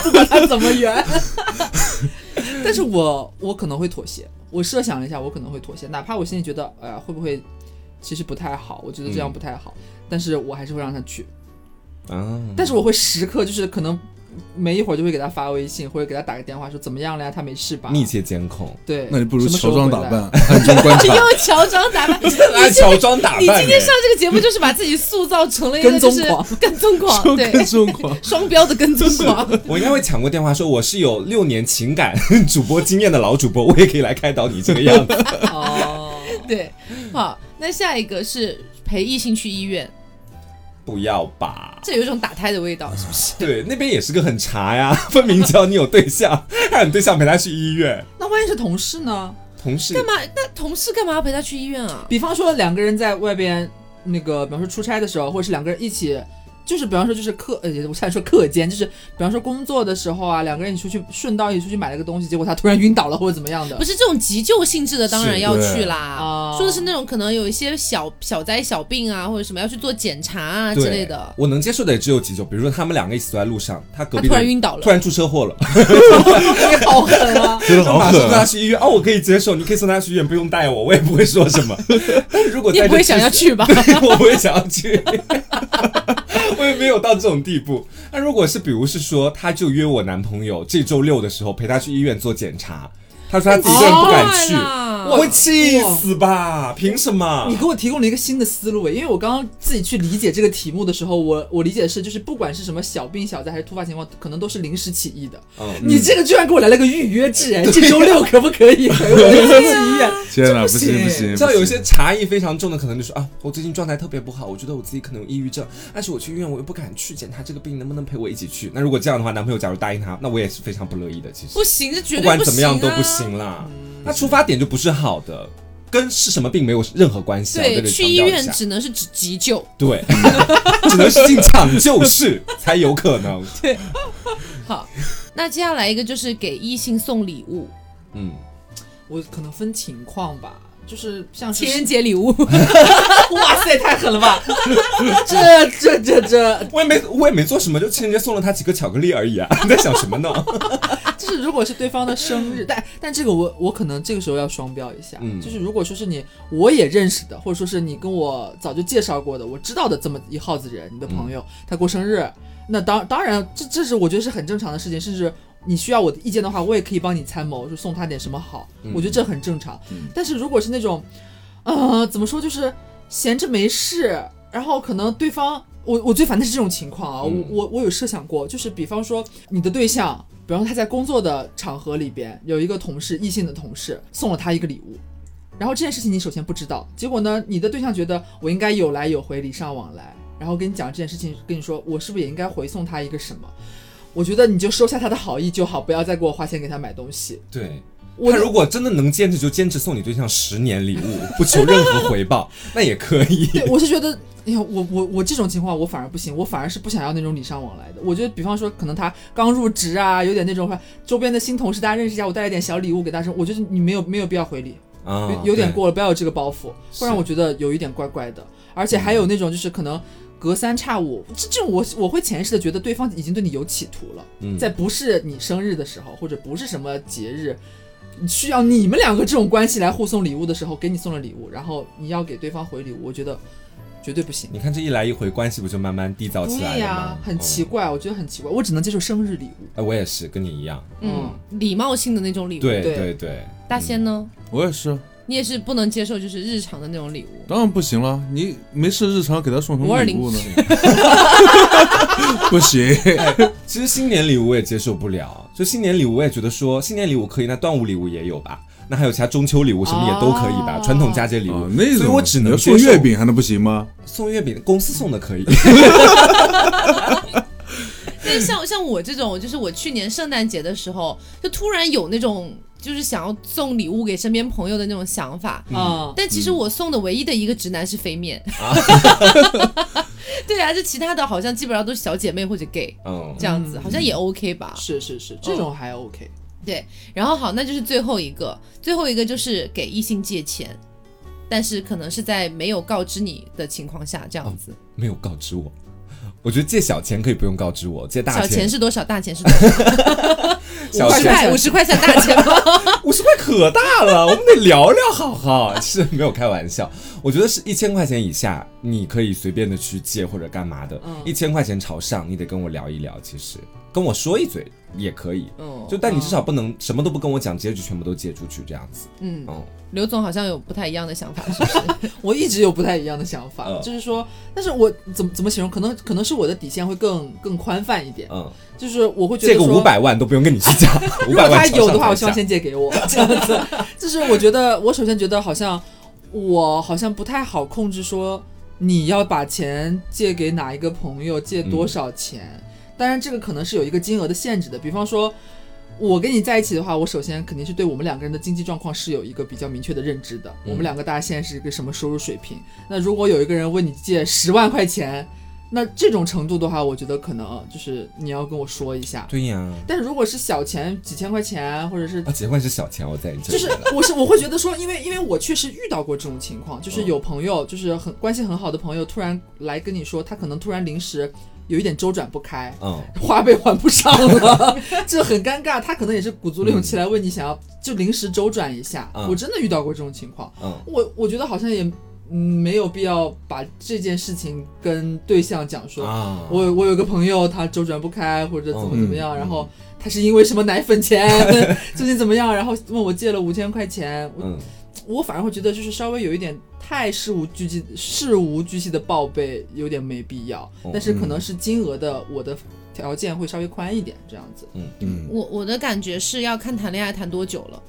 C: 不管他怎么 (laughs) 圆。但是我我可能会妥协，我设想了一下，我可能会妥协，哪怕我心里觉得，哎、呀，会不会其实不太好，我觉得这样不太好，但是我还是会让他去，
B: 啊，
C: 但是我会时刻就是可能没一会儿就会给他发微信，或者给他打个电话说怎么样了呀，他没事吧？
B: 密切监控，
C: 对，
D: 那你不如
C: 什么时
D: 乔
C: 候
D: 装
C: 回
D: 打
C: 来
D: 扮，暗中观察。
A: 又乔装打扮，你
B: (laughs) 爱
A: 今
B: 乔装打扮
A: 你
B: 呢。
A: 今天上这个节目就是把自己塑造成了一个
C: 跟
A: 就
C: 踪
A: 是
C: 狂
A: 跟踪狂， (laughs) 对，
D: 跟踪
A: (laughs)
D: 狂，
A: 双标的跟踪狂。
B: 我应该会抢过电话说我是有六年情感 (laughs) 主播经验的老主播，我也可以来开导你这个样子。 (laughs)
C: 哦，
A: 对，好，那下一个是陪异性去医院，
B: 不要吧，
A: 这有一种打胎的味道，是不是？
B: 对，那边也是个很茶呀，分明知道你有对象，让你对象陪他去医院。
C: 那万一是同事呢？
B: 同事
A: 干嘛？ (laughs) 那同事干嘛要陪他去医院啊？
C: 比方说两个人在外边那个，比方说出差的时候，或者是两个人一起，就是比方说就是课，呃，我想说课间，就是比方说工作的时候啊，两个人一起出去顺道一起出去买了个东西，结果他突然晕倒了或者怎么样
A: (laughs)
C: 的，
A: 不是这种急救性质的，当然
B: 是
A: 要
D: 对
A: 去啦。
C: 哦
A: 说的是那种可能有一些小小灾小病啊，或者什么要去做检查啊
B: 对
A: 之类的。
B: 我能接受的也只有几种，比如说他们两个一起走在路上，他隔
A: 他
B: 壁
A: 突
B: 的
A: 然晕倒了
B: 突然出车祸了，
C: 你好狠啊！
D: 真的好
B: 马上
D: 狠
B: 送 (laughs) 他
D: 啊！
B: 去医院。哦，我可以接受，你可以送他去医院，不用带我，我也不会说
A: (laughs)
B: 什么。但是如果
A: 你也
B: 带
A: 不
B: 着
A: 会想要去吧？
B: (laughs) 我不会想要去，我也没有到这种地步。那如果是比如是说，他就约我男朋友这周六的时候陪他去医院做检查，他说他自己一个人不敢去，
A: 啊
B: 我会气死吧？凭什么
C: 你？给我提供了一个新的思路，因为我刚刚自己去理解这个题目的时候，我我理解的是，就是不管是什么小病小灾还是突发情况，可能都是临时起意的。
B: 嗯，
C: 你这个居然给我来了个预约制，哎，这周六可不可以陪我去医院？
D: 天哪，不
B: 不行
D: 行不行！
B: 知道有一些
D: 不行
B: 茶艺非常重的，可能就说啊，我最近状态特别不好，我觉得我自己可能有抑郁症，但是我去医院我又不敢去检查这个病，能不能陪我一起去？那如果这样的话，男朋友假如答应他，那我也是非常不乐意的。其实
A: 不行，这绝
B: 不
A: 对
B: 管
A: 行、啊、啊
B: 怎么样都不。行啦。那出发点就不是好的，跟是什么病没有任何关系啊。
A: 对，
B: 这里
A: 去
B: 强
A: 医
B: 调一
A: 院
B: 下
A: 只能是急急救。
B: 对， (laughs) 只能是进抢救室才有可能。
A: 好，那接下来一个就是给异性送礼物，
B: 嗯，
C: 我可能分情况吧，就是像是
A: 情人节 (laughs) 礼物。
C: (laughs) 哇塞，太狠了吧！ (laughs) 这这这这，
B: 我也没我也没做什么，就情人节送了他几个巧克力而已啊。你在想什么呢？
C: 就是如果是对方的生日，但但这个我我可能这个时候要双标一下，
B: 嗯
C: 就是如果说是你我也认识的，或者说是你跟我早就介绍过的，我知道的这么一号子人，你的朋友、他过生日，那当当然这这是我觉得是很正常的事情，甚至。你需要我的意见的话，我也可以帮你参谋，就送他点什么好，我觉得这很正常。但是如果是那种，呃，怎么说，就是闲着没事，然后可能对方，我我最烦的是这种情况啊，
B: 嗯
C: 我我我有设想过，就是比方说你的对象，比方说他在工作的场合里边有一个同事，异性的同事送了他一个礼物。然后这件事情你首先不知道，结果呢，你的对象觉得我应该有来有回，礼尚往来，然后跟你讲这件事情，跟你说我是不是也应该回送他一个什么？我觉得你就收下他的好意就好，不要再给我花钱给他买东西。
B: 对。
C: 我
B: 他如果真的能坚持，就坚持送你对象十年礼物， (laughs) 不求任何回
C: (laughs)
B: 报，那也可以。
C: 对，我是觉得，哎呀，我我我这种情况我反而不行，我反而是不想要那种礼尚往来的。我觉得，比方说，可能他刚入职啊，有点那种周边的新同事，大家认识一下，我带了点小礼物给大家，我觉得你没有没有必要回礼，
B: 啊
C: 有有点
B: 对
C: 过了，不要有这个包袱，不然我觉得有一点怪怪的。而且还有那种就是可能隔三差五，这这种我我会潜意识的觉得对方已经对你有企图了，
B: 嗯
C: 在不是你生日的时候，或者不是什么节日。需要你们两个这种关系来互送礼物的时候，给你送了礼物，然后你要给对方回礼物，我觉得绝对不行。
B: 你看这一来一回，关系不就慢慢缔造起来
C: 对
B: 了
C: 呀、
B: 吗？
C: 很奇
B: 嗯。
C: 怪，我觉得很奇怪，我只能接受生日礼物。
B: 哎，我也是跟你一样。
A: 嗯嗯，礼貌性的那种礼物。
B: 对
C: 对
B: 对对，
A: 大仙呢？
D: 我也是，
A: 你也是不能接受就是日常的那种礼物。
D: 当然不行了，你没事日常给他送什么礼物呢？不行，
B: 其实新年礼物我也接受不了，就新年礼物我也觉得说新年礼物可以，那端午礼物也有吧，那还有其他中秋礼物什么也都可以吧，
A: 哦
B: 传统佳节礼物，
D: 啊，那
B: 所以
D: 种
B: 我只能
D: 你要送
B: 接受
D: 月饼还能不行吗？
B: 送月饼，公司送的
C: (laughs)
B: 可以，
A: 但像像我这种，就是我去年圣诞节的时候，就突然有那种就是想要送礼物给身边朋友的那种想法。
C: 啊，
A: 但其
B: 嗯
A: 实我送的唯一的一个直男是飞面，
B: 啊
A: (laughs) 对啊，就其他的好像基本上都是小姐妹或者 gay
B: 嗯
A: 这，样子，好像也 OK 吧。
C: 是是是，这种还 OK。
A: 对，然后好，那就是最后一个，最后一个就是给异性借钱，但是可能是在没有告知你的情况下这样子。
B: 没有告知我。我觉得借小钱可以不用告知我，借大
A: 小钱
B: 钱
A: 是多少？大钱是多少？
B: 小
A: 五十块，五十块算大钱吗？
B: 五十块可大了，我们得聊聊，好好是没有开玩笑。我觉得是一千块钱以下，你可以随便的去借或者干嘛的。
C: 嗯
B: 一千块钱朝上，你得跟我聊一聊，其实跟我说一嘴也可以。
A: 嗯，
C: 哦
B: (laughs) 就但你至少不能什么都不跟我讲，直接就全部都借出去这样子。
C: 哦
A: 嗯，
B: 嗯，
A: 刘总好像有不太一样的想法，是不是？
C: 我一直有不太一样的想法，
B: 嗯
C: 就是说，但是我怎么怎么形容？可能可能是我的底线会更更宽泛一点，
B: 嗯，
C: 就是我会觉得
B: 借个
C: 说
B: 五，百万都不用跟你去讲，五
C: (laughs) 如
B: 百万
C: 果他
B: 朝上
C: 有的话，
B: 才
C: 我希望
B: 讲
C: 先借给我 (laughs) 这样子。就是我觉得，我首先觉得好像我好像不太好控制说你要把钱借给哪一个朋友，借多少
B: 嗯
C: 钱。当然，这个可能是有一个金额的限制的，比方说。我跟你在一起的话，我首先肯定是对我们两个人的经济状况是有一个比较明确的认知的。我
B: 嗯
C: 们两个大家现在是一个什么收入水平？那如果有一个人问你借十万块钱，那这种程度的话，我觉得可能就是你要跟我说一下。
B: 对呀、
C: 但如果是小钱，几千块钱，或者是
B: (laughs) 啊，结婚是小钱，我在你这
C: 就
B: 里
C: 是我是我会觉得说，因为因为我确实遇到过这种情况，就是
B: 嗯
C: 有朋友就是很关系很好的朋友突然来跟你说，他可能突然临时有一点周转不开，
B: 嗯，
C: 花呗还不上了，这很尴尬。他可能也是鼓足了勇气来问你，想要就临时周转一下。
B: 嗯
C: 我真的遇到过这种情况，
B: 嗯
C: 我我觉得好像也嗯没有必要把这件事情跟对象讲说，
B: 啊，
C: 我我有个朋友，他周转不开或者怎么怎么样，
B: 嗯
C: 然后他是因为什么奶粉钱
B: (laughs)
C: 最近怎么样，然后问我借了五千块钱，我、
B: 嗯
C: 我反而会觉得就是稍微有一点太事无巨细事无巨细的报备有点没必要，
B: 哦
C: 但是可能是金额的我的条件会稍微宽一点这样子。
B: 嗯
D: 嗯，
A: 我我的感觉是要看谈恋爱谈多久了。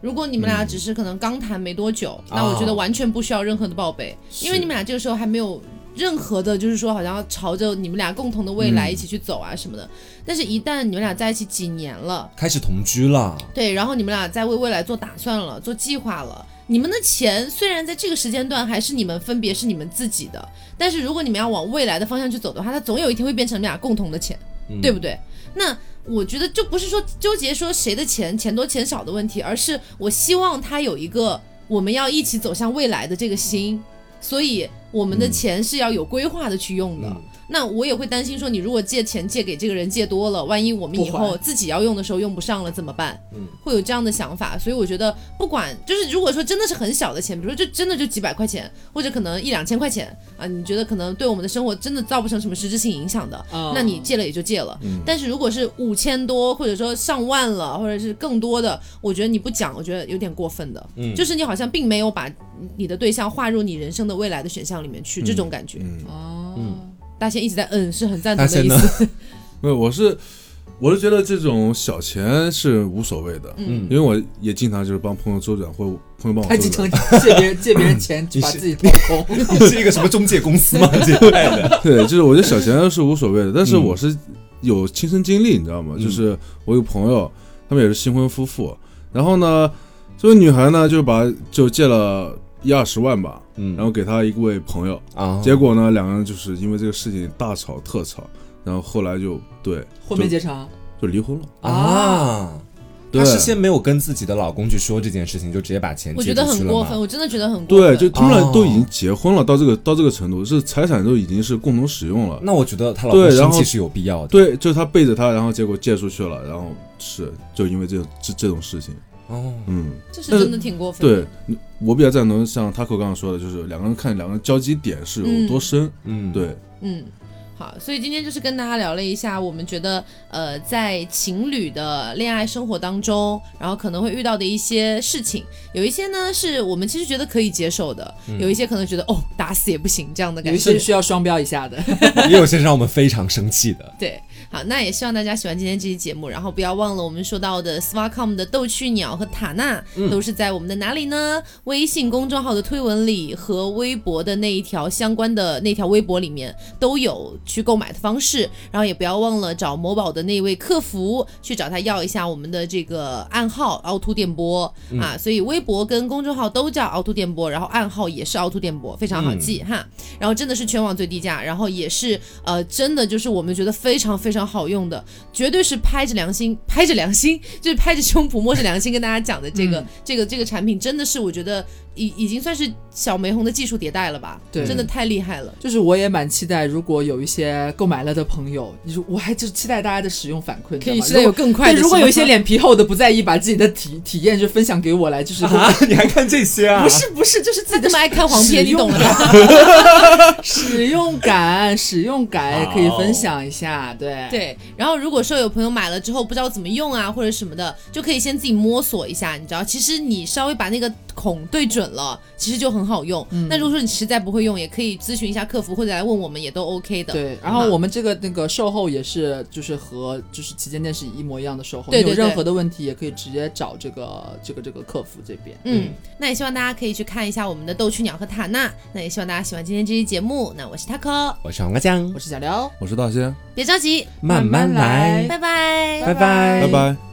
A: 如果你们俩只是可能刚谈没多久，那我觉得完全不需要任何的报备，因为
B: 是
A: 你们俩这个时候还没有任何的，就是说好像要朝着你们俩共同的未来一起去走啊什么的。但是，一旦你们俩在一起几年了，
B: 开始同居了，
A: 对，然后你们俩在为未来做打算了，做计划了。你们的钱虽然在这个时间段还是你们分别是你们自己的，但是如果你们要往未来的方向去走的话，它总有一天会变成你们俩共同的钱。
B: 嗯、
A: 对不对？那我觉得就不是说纠结说谁的钱钱多钱少的问题，而是我希望他有一个我们要一起走向未来的这个心，所以我们的钱是要有规划的去用的。
B: 嗯
A: 那我也会担心说，你如果借钱借给这个人借多了，万一我们以
C: 不
A: 后
C: 还
A: 自己要用的时候用不上了怎么办？
B: 嗯，
A: 会有这样的想法。所以我觉得，不管就是如果说真的是很小的钱，比如说就真的就几百块钱，或者可能一两千块钱啊，你觉得可能对我们的生活真的造不成什么实质性影响的，
C: 啊
A: 那你借了也就借了。
D: 嗯
A: 但是如果是五千多，或者说上万了，或者是更多的，我觉得你不讲，我觉得有点过分的。
B: 嗯
A: 就是你好像并没有把你的对象划入你人生的未来的选项里面去，这种感觉。
D: 嗯，
C: 哦，
A: 大仙一直在嗯，是很赞
B: 大
A: 同的
B: 仙
A: 意
B: 呢
A: 思。
D: 不是，我是我是觉得这种小钱是无所谓的，
B: 嗯
D: 因为我也经常就是帮朋友周转，或者朋友帮
C: 他
D: 我
C: 经
D: 周转
C: 常。借别人借别人钱
B: 哦 (laughs) 你，
C: 把
B: 是
C: 自己掏空。 (laughs)
B: (laughs) 你是一个什么中介公司吗？这一派 (laughs) 的，
D: 对，就是我觉得小钱是无所谓的，但是
B: 嗯
D: 我是有亲身经历，你知道吗？
B: 嗯
D: 就是我有朋友，他们也是新婚夫妇，然后呢，这位女孩呢就把就借了一二十万吧，
B: 嗯
D: 然后给她一位朋友，
B: 啊，
D: 结果呢，两个人就是因为这个事情大吵特吵，然后后来就对
C: 婚没
D: 就
C: 结成，
D: 就离婚了。
B: 啊，
D: 对
B: 她事先没有跟自己的老公去说这件事情，就直接把钱
A: 我觉
B: 借
A: 得
B: 出去
A: 很
B: 了
A: 过
B: 吗
A: 分，我真的觉得很过
D: 对，
A: 分。
D: 就他们
B: 哦
D: 俩都已经结婚了，到这个到这个程度，是财产都已经是共同使用了。
B: 那我觉得她老公
D: 对然
B: 生
D: 后
B: 气是有必要的。
D: 对，就是他背着她，然后结果借出去了，然后是就因为这这这种事情，
B: 哦，
D: 嗯。
A: 这是真的挺过分的。
D: 对，你我比较赞同像 Taco 刚刚说的，就是两个人看两个人交集点是有多深。
B: 嗯，
D: 对，
A: 嗯，好，所以今天就是跟大家聊了一下，我们觉得呃，在情侣的恋爱生活当中，然后可能会遇到的一些事情，有一些呢是我们其实觉得可以接受的，有一些可能觉得哦打死也不行这样的
C: 嗯有
A: 感
C: 一些
A: 觉。
C: 需要双标一下的。
B: 也有些让我们非常生气的。
A: 对，好，那也希望大家喜欢今天这期节目，然后不要忘了我们说到的 Swacom 的逗趣鸟和塔娜、都是在我们的哪里呢？微信公众号的推文里和微博的那一条相关的那条微博里面都有去购买的方式，然后也不要忘了找某宝的那位客服去找他要一下我们的这个暗号凹凸电波、啊，所以微博跟公众号都叫凹凸电波，然后暗号也是凹凸电波，非常好记、哈。然后真的是全网最低价，然后也是呃，真的就是我们觉得非常非常好用的，绝对是拍着良心，拍着良心，就是拍着胸脯摸着良心跟大家讲的这
C: 嗯
A: 个、这个这个产品，真的是我觉得已已经算是小玫红的技术迭代了吧，
C: 对
A: 真的太厉害了。
C: 就是我也蛮期待，如果有一些购买了的朋友，你说我还就期待大家的使用反馈，你知道吗？如果
A: 更
C: 对，如果有一些脸皮厚的不在意，把自己的体体验就分享给我来，就是、 (laughs)
B: 啊！ (laughs) 你还看这些啊？
C: 不是不是，就是自
A: 他
C: 己的
A: 妈爱看黄片，
C: 使
A: 你懂
C: 用
A: 了吧？
C: 使用感，使用感也可以
B: 好
C: 分享一下，对。
A: 对，然后如果说有朋友买了之后不知道怎么用啊或者什么的，就可以先自己摸索一下，你知道，其实你稍微把那个孔对准了，其实就很好用。
C: 嗯
A: 那如果说你实在不会用，也可以咨询一下客服或者来问我们，也都 OK 的。
C: 对，然后我们这个那个售后也是，就是和就是旗舰店是一模一样的售后，
A: 对
C: 你有
A: 对对
C: 任何的问题也可以直接找这个这个这个客服这边。
A: 嗯，那也希望大家可以去看一下我们的逗趣鸟和塔娜。那也希望大家喜欢今天这期节目。那我是 Taco，
B: 我是黄瓜酱
C: 我，是小刘，
D: 我是大仙，
A: 别着急，
B: 慢慢来，
A: 拜拜
B: 拜拜
D: 拜拜。